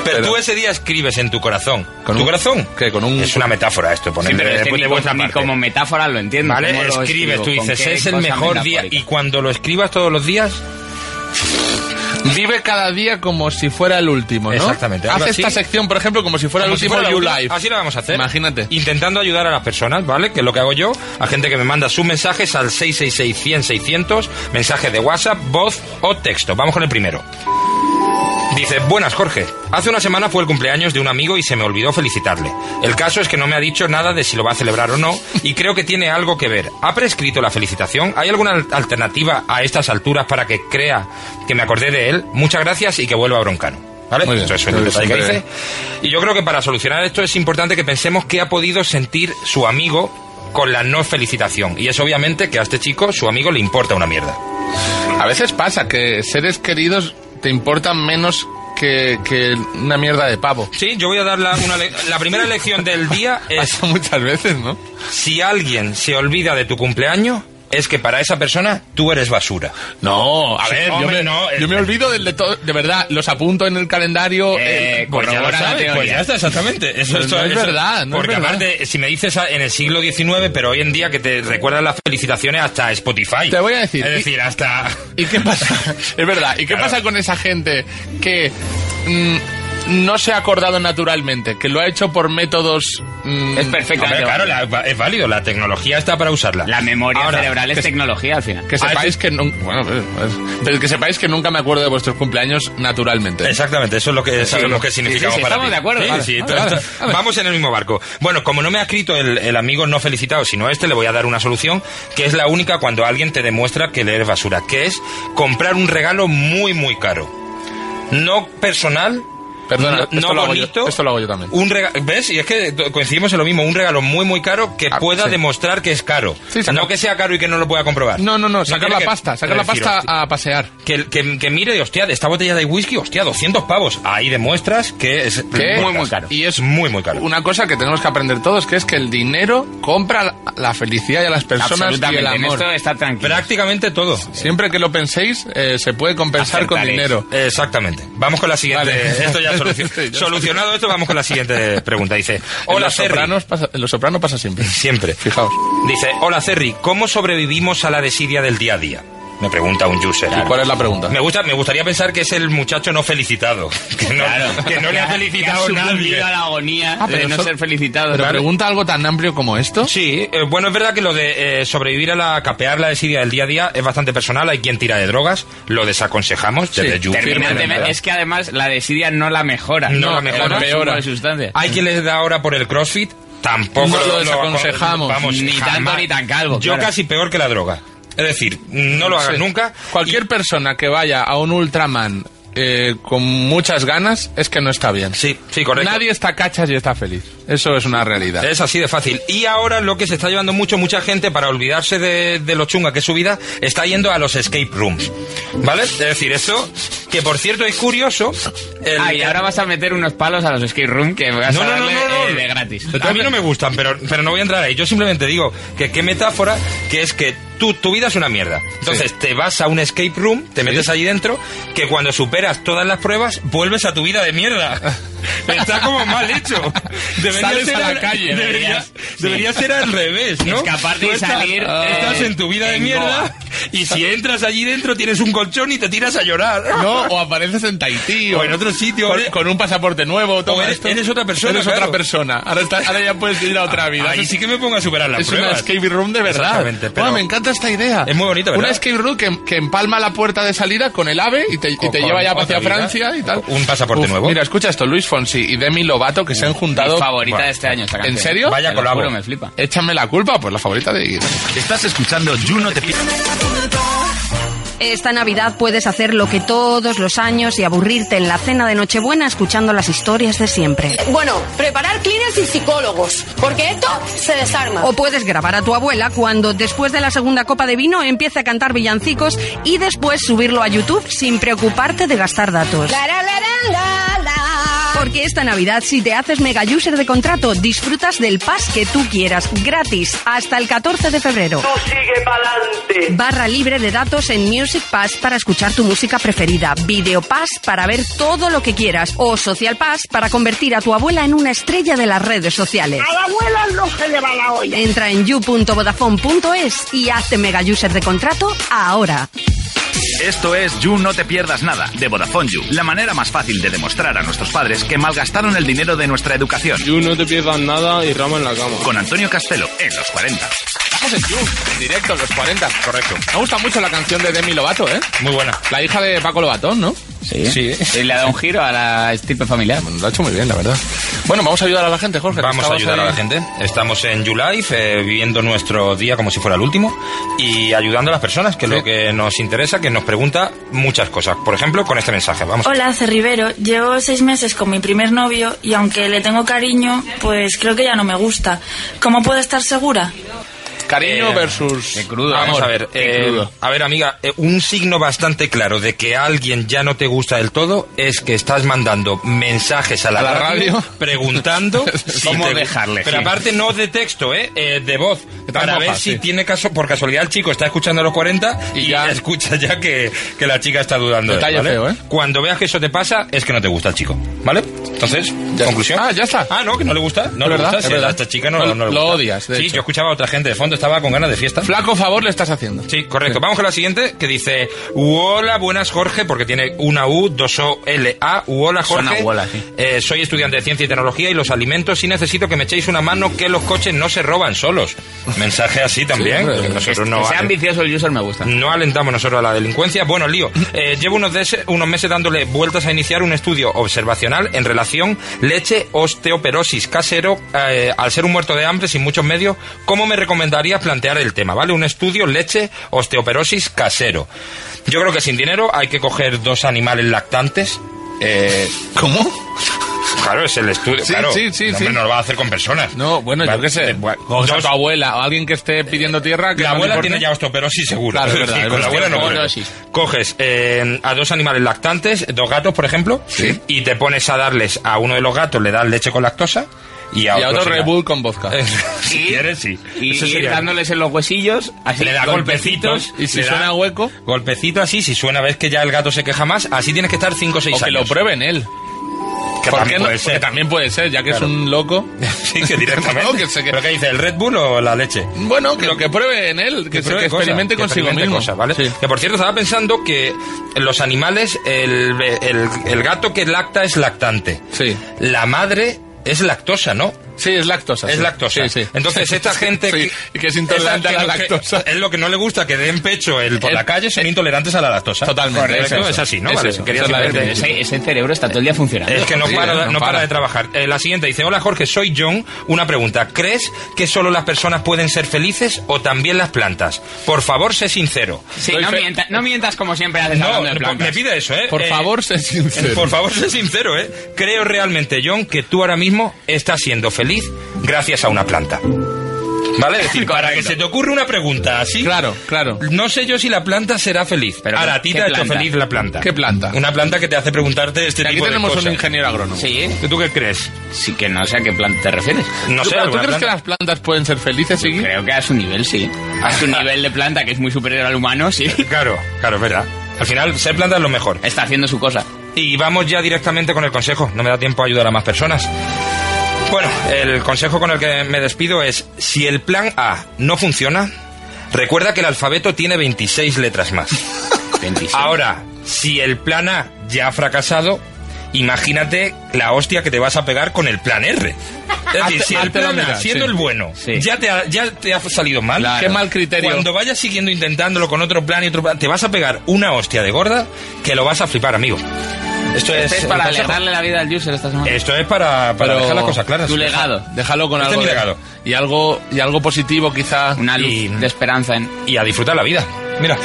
Pero, tú ese día escribes en tu corazón. ¿Con tu corazón? Con un... Es una metáfora esto, Sí, ponerle pero es que de ni vuestra ni parte. como metáfora lo entiendo. Vale, ¿Cómo lo escribes, escribo? tú ¿Con dices, qué es el cosa mejor día. metafórica? Y cuando lo escribas todos los días, Vive cada día como si fuera el último, ¿no? Exactamente, Haz algo esta así. sección, por ejemplo, como si fuera el Como si último fuera la You última. Life. Así lo vamos a hacer. Imagínate. Intentando ayudar a las personas, ¿vale? Que es lo que hago yo. A gente que me manda sus mensajes al 666-100-600, mensaje de WhatsApp, voz o texto. Vamos con el primero. Dice, buenas Jorge, hace una semana fue el cumpleaños de un amigo y se me olvidó felicitarle. El caso es que no me ha dicho nada de si lo va a celebrar o no y creo que tiene algo que ver. ¿Ha prescrito la felicitación? ¿Hay alguna al- alternativa a estas alturas para que crea que me acordé de él? Muchas gracias y que vuelva a broncano. ¿Vale? Muy bien. Eso es un Muy detalle que bien. dice. Y yo creo que para solucionar esto es importante que pensemos qué ha podido sentir su amigo con la no felicitación. Y es obviamente que a este chico, su amigo, le importa una mierda. A veces pasa que seres queridos te importan menos que, que una mierda de pavo. Sí, yo voy a dar la, una le- la primera lección del día es... muchas veces, ¿no? Si alguien se olvida de tu cumpleaños, es que para esa persona tú eres basura. No, a ver, yo, me, eh, yo me olvido del de todo, de verdad, los apunto en el calendario. eh, pues ya, lo corrobora la sabes, teoría. pues ya está, exactamente. Eso, Pues esto- no es eso- verdad, no es Porque verdad. aparte, si me dices a- en el siglo XIX, pero hoy en día que te recuerdan las felicitaciones hasta Spotify. Te voy a decir, Es y- decir, hasta... ¿Y qué pasa? Es verdad. ¿Y qué Claro. pasa con esa gente que mm, no se ha acordado naturalmente, que lo ha hecho por métodos... mm, Es perfectamente Hombre, claro, la- es válido, la tecnología está para usarla. La memoria cerebral es tecnología al final. Ah, Que sepáis que nunca... Bueno, pues, pues, pero que sepáis que nunca me acuerdo de vuestros cumpleaños naturalmente. Exactamente, eso es lo que, eso es lo que significa para ti. Sí, sí, todo esto- Vamos en el mismo barco. Bueno, como no me ha escrito el, el amigo no felicitado, sino este, le voy a dar una solución que es la única cuando alguien te demuestra que le eres basura, que es comprar un regalo muy, muy caro. No personal. Perdona, no, esto, no lo hago yo, bonito. esto lo hago yo también. Un regalo, ¿Ves? Y es que to- coincidimos en lo mismo, un regalo muy muy caro que pueda Ah, sí. demostrar que es caro. no que sea caro y que no lo pueda comprobar. No, no, no, sacar tiene la que- pasta, sacar la prefiero- pasta a pasear. Que, que, que mire, hostia, de esta botella de whisky, hostia, 200 pavos. Ahí demuestras que es Que muy, muy caro. Y es muy, muy caro. Una cosa que tenemos que aprender todos, que es que el dinero compra la- la felicidad y a las personas y el Absolutamente, en amor. esto está tranquilo. Prácticamente todo. Siempre que lo penséis, eh, se puede compensar con Acertaréis. dinero. Exactamente. Vamos con la siguiente. Vale. Esto ya solucion- Sí, ya solucionado esto, vamos con la siguiente pregunta. Dice, En hola los Cerri. sopranos pasa, en los sopranos pasa siempre. Siempre. Fijaos. Dice, hola Cerri, ¿cómo sobrevivimos a la desidia del día a día? Me pregunta un user. ¿Y cuál es la pregunta? Me gusta, me gustaría pensar que es el muchacho no felicitado. Que no, que no le ha Que ha- felicitado que ha nadie. sucumbido a la agonía Ah, de Ah, no ser felicitado. ¿Pero Eh, Claro. pregunta algo tan amplio como esto? Sí, eh, bueno, es verdad que lo de eh, sobrevivir a la capear la desidia del día a día es bastante personal. Hay quien tira de drogas, lo desaconsejamos desde Yu, firmemente. Terminantemente, es que además la desidia no la mejora. No la mejora. Empeora. De sustancia. Hay quien les da ahora por el CrossFit, tampoco No lo desaconsejamos. Ni tanto ni tan calvo, Yo claro. casi peor que la droga. Es decir, no lo hagas Sí. nunca. Cualquier persona que vaya a un Ultraman eh, con muchas ganas es que no está bien. Sí, sí, correcto. Nadie está cachas y está feliz. Eso es una realidad. Es así de fácil. Y ahora lo que se está llevando mucho, mucha gente para olvidarse de, de lo chunga que es su vida, está yendo a los escape rooms. ¿Vale? Es decir, eso, que por cierto es curioso. el- Ah, y ahora vas a meter unos palos a los skate room que vas No, a no, no, darle no, no. eh, de gratis. A mí no me gustan, pero, pero no voy a entrar ahí. Yo simplemente digo que qué metáfora que es que tú, tu vida es una mierda. Entonces te vas a un escape room, te metes allí dentro, que cuando superas todas las pruebas vuelves a tu vida de mierda. Está como mal hecho. Sales a la al- calle, Debería, deberías- debería sí. ser al revés, ¿no? Escaparte Tú y estás- salir, eh, Estás en tu vida de en mierda Goa. y si entras allí dentro tienes un colchón y te tiras a llorar. No, o apareces en Tahití O o, en otro sitio, con, eres- con un pasaporte nuevo. toma O eres- esto. eres otra persona, Eres claro. otra persona. Ahora, está- ahora ya puedes ir a otra vida. Ahí sí que me pongo a superar las es pruebas. una escape room de verdad. Exactamente, pero- Bueno, me encanta esta idea. Es muy bonito, ¿verdad? Una escape room que, que empalma la puerta de salida con el ave y te, y te con lleva ya otra hacia vida. Francia y tal. Un pasaporte Uf, nuevo. Mira, escucha esto, Luis Fonsi y Demi Lovato que se han juntado. Mi favorita de este año, esta ¿En canción. serio? Vaya Te lo colabo. juro, Me flipa. Échame la culpa, pues la favorita de Estás escuchando You No Te Pierdas. Esta Navidad puedes hacer lo que todos los años y aburrirte en la cena de Nochebuena escuchando las historias de siempre. Bueno, preparar cleaners y psicólogos, porque esto se desarma. O puedes grabar a tu abuela cuando después de la segunda copa de vino empiece a cantar villancicos y después subirlo a YouTube sin preocuparte de gastar datos. La, la, la, la, la, la. Porque esta Navidad, si te haces mega user de contrato, disfrutas del pass que tú quieras, gratis, hasta el 14 de febrero. Barra libre de datos en Music Pass para escuchar tu música preferida, Video Pass para ver todo lo que quieras o Social Pass para convertir a tu abuela en una estrella de las redes sociales. A la abuela no se le va la olla. Entra en you.vodafone.es y hazte mega user de contrato ahora. Esto es You No Te Pierdas Nada de Vodafone You, la manera más fácil de demostrar a nuestros padres que malgastaron el dinero de nuestra educación. You No Te Pierdas Nada y Rama en la Cama. Con Antonio Castelo en los 40. Estamos en You, en directo, en los 40. Correcto. Me gusta mucho la canción de Demi Lovato, ¿eh? Muy buena. La hija de Paco Lobatón, ¿no? Sí. Y le da un giro a la estirpe familiar. Lo ha hecho muy bien, la verdad. Bueno, vamos a ayudar a la gente, Jorge. que Vamos a estabas ayudar ahí. a la gente. Estamos en YouLife, eh, viviendo nuestro día como si fuera el último y ayudando a las personas, que es lo que nos interesa, que nos pregunta muchas cosas. Por ejemplo, con este mensaje. Vamos. Hola, Cerribero. Llevo seis meses con mi primer novio y aunque le tengo cariño, pues creo que ya no me gusta. ¿Cómo puedo estar segura? Cariño Eh, versus. Vamos amor. a ver. Qué eh, crudo. a ver, amiga, eh, un signo bastante claro de que a alguien ya no te gusta del todo es que estás mandando mensajes a la, ¿A la radio? preguntando si ¿Cómo te- dejarle? Pero Sí. aparte no de texto, ¿eh? Eh, de voz. te para mojas, ver sí. si tiene caso, por casualidad el chico está escuchando a los 40 y, ya escucha ya que, que la chica está dudando. de él, Detalle ¿vale? feo, ¿eh? Cuando veas que eso te pasa, es que no te gusta el chico, ¿vale? Entonces, conclusión. Ah, ya está. Ah, no, que no le gusta. No Es le verdad, gusta, es sí, verdad. a esta chica no, No, no le lo gusta. odias, de Sí, hecho. yo escuchaba a otra gente de fondo, estaba con ganas de fiesta. Flaco favor le estás haciendo. Sí, correcto. Vamos con la siguiente que dice: Hola, buenas Jorge, porque tiene una U, dos O, L, A. Hola Jorge. Suena hola, sí. Eh, soy estudiante de ciencia y tecnología y los alimentos y necesito que me echéis una mano que los coches no se roban solos. Mensaje así también. hombre. que nosotros Que no sea ambicioso el user me gusta. No alentamos nosotros a la delincuencia. Bueno, lío. Eh, llevo unos, des- unos meses dándole vueltas a iniciar un estudio observacional en relación leche osteoporosis casero eh, al ser un muerto de hambre sin muchos medios. ¿Cómo me recomendarías plantear el tema? ¿Vale? Un estudio leche osteoporosis casero. Yo creo que sin dinero hay que coger dos animales lactantes. eh, ¿Cómo? Claro, es el estudio. Sí, claro, sí, sí, Hombre, sí. No lo va a hacer con personas. eh, No, bueno, yo qué sé. O sea, tu abuela o alguien que esté pidiendo tierra. Que La no le abuela importe. tiene ya osteoporosis seguro. Claro, es Es verdad, decir, es con la verdad. abuela no. creo. Coges eh, a dos animales lactantes, dos gatos, por ejemplo, y te pones a darles a uno de los gatos, le das leche con lactosa y a Y a otro otro, se Eh, la- Red Bull con vodka. si quieres, sí. Y Eso ir sería- dándoles en los huesillos, así le da golpecitos, Y si suena hueco, golpecito así. Si suena, ves que ya el gato se queja más. Así tienes que estar 5 o 6 O años. que lo prueben él. Que ¿Por también qué no? puede ser. Porque también puede ser, ya que Claro. es un loco. Sí, que directamente. No, que se- que- ¿Pero qué dice? ¿El Red Bull o la leche? Bueno, que lo que pruebe en él, que, se- pruebe que cosas, experimente que consigo experimente mismo. cosas, ¿vale? Que por cierto, estaba pensando que los animales, el, el- el gato que lacta es lactante. Sí. La madre es lactosa, ¿no? Sí, es lactosa. Es sí. lactosa. Sí, sí. Entonces, esta gente. Sí, y que es intolerante esa- a la que- lactosa. que es lo que no le gusta que den pecho el, por Es- la calle, son intolerantes a la lactosa. Totalmente, Correcto, es eso. es así, ¿no? Es vale, eso, quería esa es la simplemente- definición. Ese- Ese cerebro está todo el día funcionando. es que no Sí, para, no para de trabajar. Eh, la siguiente dice, hola Jorge, soy John. Una pregunta, ¿crees que solo las personas pueden ser felices o también las plantas? Por favor, sé sincero. Sí, no, mienta- no mientas como siempre haces No, hablando de me- plantas. me pide eso, ¿eh? Eh, sé sincero. Por favor, sé sincero, ¿eh? Creo realmente, John, que tú ahora mismo estás siendo feliz gracias a una planta. ¿Vale? Es decir, para que se te ocurra una pregunta así. Claro, claro. No sé yo si la planta será feliz. ahora, a ti ¿qué te ha hecho planta? feliz la planta. ¿Qué planta? Una planta que te hace preguntarte este Aquí tipo de tenemos cosas. un ingeniero agrónomo. Sí. ¿Tú qué crees? Sí, que no sé a qué planta te refieres. No ¿Tú, pero sé, ¿tú alguna crees que planta. las plantas pueden ser felices, sí? Creo que a su nivel sí. A su nivel de planta, que es muy superior al humano, sí. Eh, Claro, claro, es verdad. Al final, ser planta es lo mejor. Está haciendo su cosa. Y vamos ya directamente con el consejo. No me da tiempo a ayudar a más personas. Bueno, el consejo con el que me despido es, si el plan A no funciona, recuerda que el alfabeto tiene 26 letras más. Ahora, si el plan A ya ha fracasado, imagínate la hostia que te vas a pegar con el plan R. Es decir, Alter- eh, si el plan A, alteromera, siendo sí. el bueno, ya, te ha, ya te ha salido mal. Claro. Qué mal criterio. Cuando vayas siguiendo intentándolo con otro plan y otro plan, te vas a pegar una hostia de gorda que lo vas a flipar, amigo. Esto es, eh, Este es para el consejo. alegrarle la vida al user esta semana. Esto es para, para Pero dejar las cosas claras. Tu legado. Deja- Déjalo con Este algo. es mi de- legado. y algo y algo positivo quizá. Una luz Y- de esperanza en... Y a disfrutar la vida. Mira.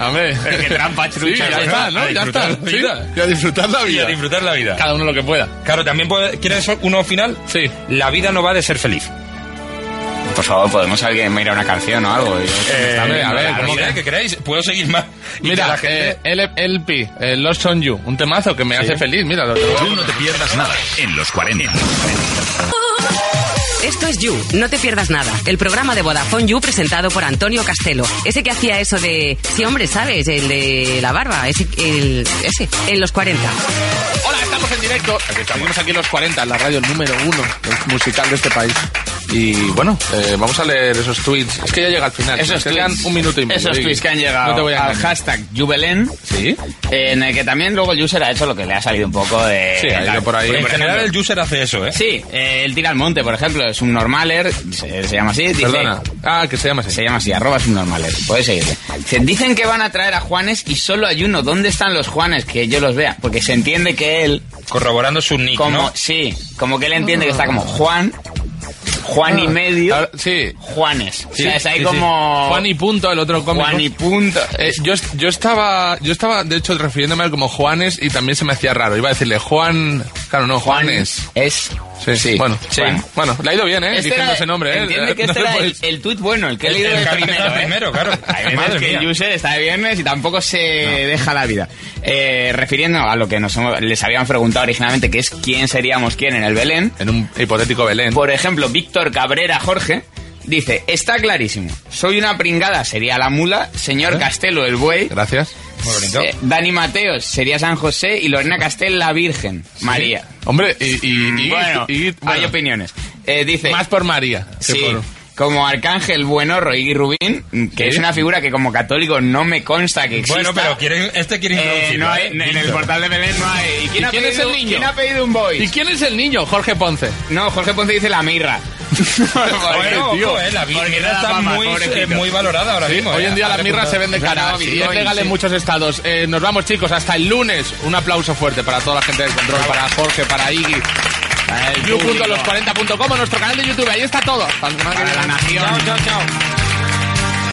Hombre. Pero qué trampa, Sí, chucha, ya ¿no? está, A ¿no? Ya está. disfrutar la Sí, vida. y a disfrutar la Y a vida. disfrutar la vida. Cada uno lo que pueda. Claro, también puede, ¿quieres uno final? Sí. La vida no va de ser feliz. Por favor, podemos alguien ir a una canción o algo. Y- Eh, a ver, a ver, la ¿cómo idea que? que queráis, puedo seguir más. Y que Mira, la gente- eh, L- LP, eh, Lost on You, un temazo que me hace feliz, mira. Lo, lo- Tú no te pierdas nada en los 40. Esto es You, no te pierdas nada. El programa de Vodafone You presentado por Antonio Castelo. Ese que hacía eso de... Sí, hombre, ¿sabes? El de la barba. Ese, el, ese en los 40. Hola, estamos en directo. Aquí estamos aquí en los 40, la radio número uno musical de este país. Y bueno, eh, vamos a leer esos tweets. Es que ya llega al final. Esos Nos quedan tweets, un minuto y medio. Esos tweets que han llegado No te voy a al engañar. hashtag Jubelén. Sí. En el que también luego el user ha hecho lo que le ha salido un poco de. Sí, ha ido tal. por ahí. Por En En ejemplo, general el user hace eso, ¿eh? Sí, eh, el tira al monte, por ejemplo, es un normaler, se, se llama así. dice- Perdona. Ah, que se llama así. Se llama así, arroba subnormaler. Puedes seguirle. Dice, Dicen que van a traer a Juanes y solo hay uno. ¿Dónde están los Juanes? Que yo los vea. Porque se entiende que él, Corroborando su nick, como, ¿no? sí, como que él entiende que está como Juan, Juan y medio, Ah, sí. Juanes. o Sí, sea, es ahí sí, sí. como Juan y punto, el otro cómico. Juan y punto. Eh, yo, est- yo estaba, yo estaba de hecho refiriéndome a él como Juanes y también se me hacía raro. Iba a decirle Juan, claro no, Juanes. Es Sí, Bueno, Sí. bueno, bueno, le ha ido bien, ¿eh? Este Diciendo era- ese nombre, ¿eh? Entiende que No este le era el, puedes- el tuit bueno, el que he El- leído el de capítulo primero. del ¿eh? primero, claro. Hay veces Madre que el mía. user está de viernes y tampoco se deja la vida. Eh, refiriendo a lo que nos hemos- les habían preguntado originalmente, que es quién seríamos quién en el Belén. En un hipotético Belén. Por ejemplo, Víctor Cabrera Jorge dice, está clarísimo, soy una pringada, sería la mula, señor Castelo el buey. Gracias. Muy bonito. Dani Mateos sería San José y Lorena Castel la Virgen. María. Hombre, y, y- bueno, y- hay bueno. opiniones. Eh, dice Más por María. que sí, por- como Arcángel Buenorro y Rubín, que es una figura que como católico no me consta que exista. Bueno, pero quieren- este quiere introducirlo, no hay- ¿eh? en el Víctor. portal de Belén no hay. ¿Y quién, ha pedido- quién ha pedido un boy? ¿Y quién es el niño? Jorge Ponce. No, Jorge Ponce dice la mirra. Bueno, tío. ojo, eh, la Virgen Porque está nada más, muy, pobrecito. eh, muy valorada ahora Sí, mismo. eh. pues Hoy en día la mirra se vende cara y es legal en muchos estados. Eh, nos vamos, chicos, hasta el lunes. Un aplauso fuerte para toda la gente del control, para Jorge, para Iggy. el You.los40.com, nuestro canal de YouTube. Ahí está todo. Hasta la semana que viene. Chao, chao, chao.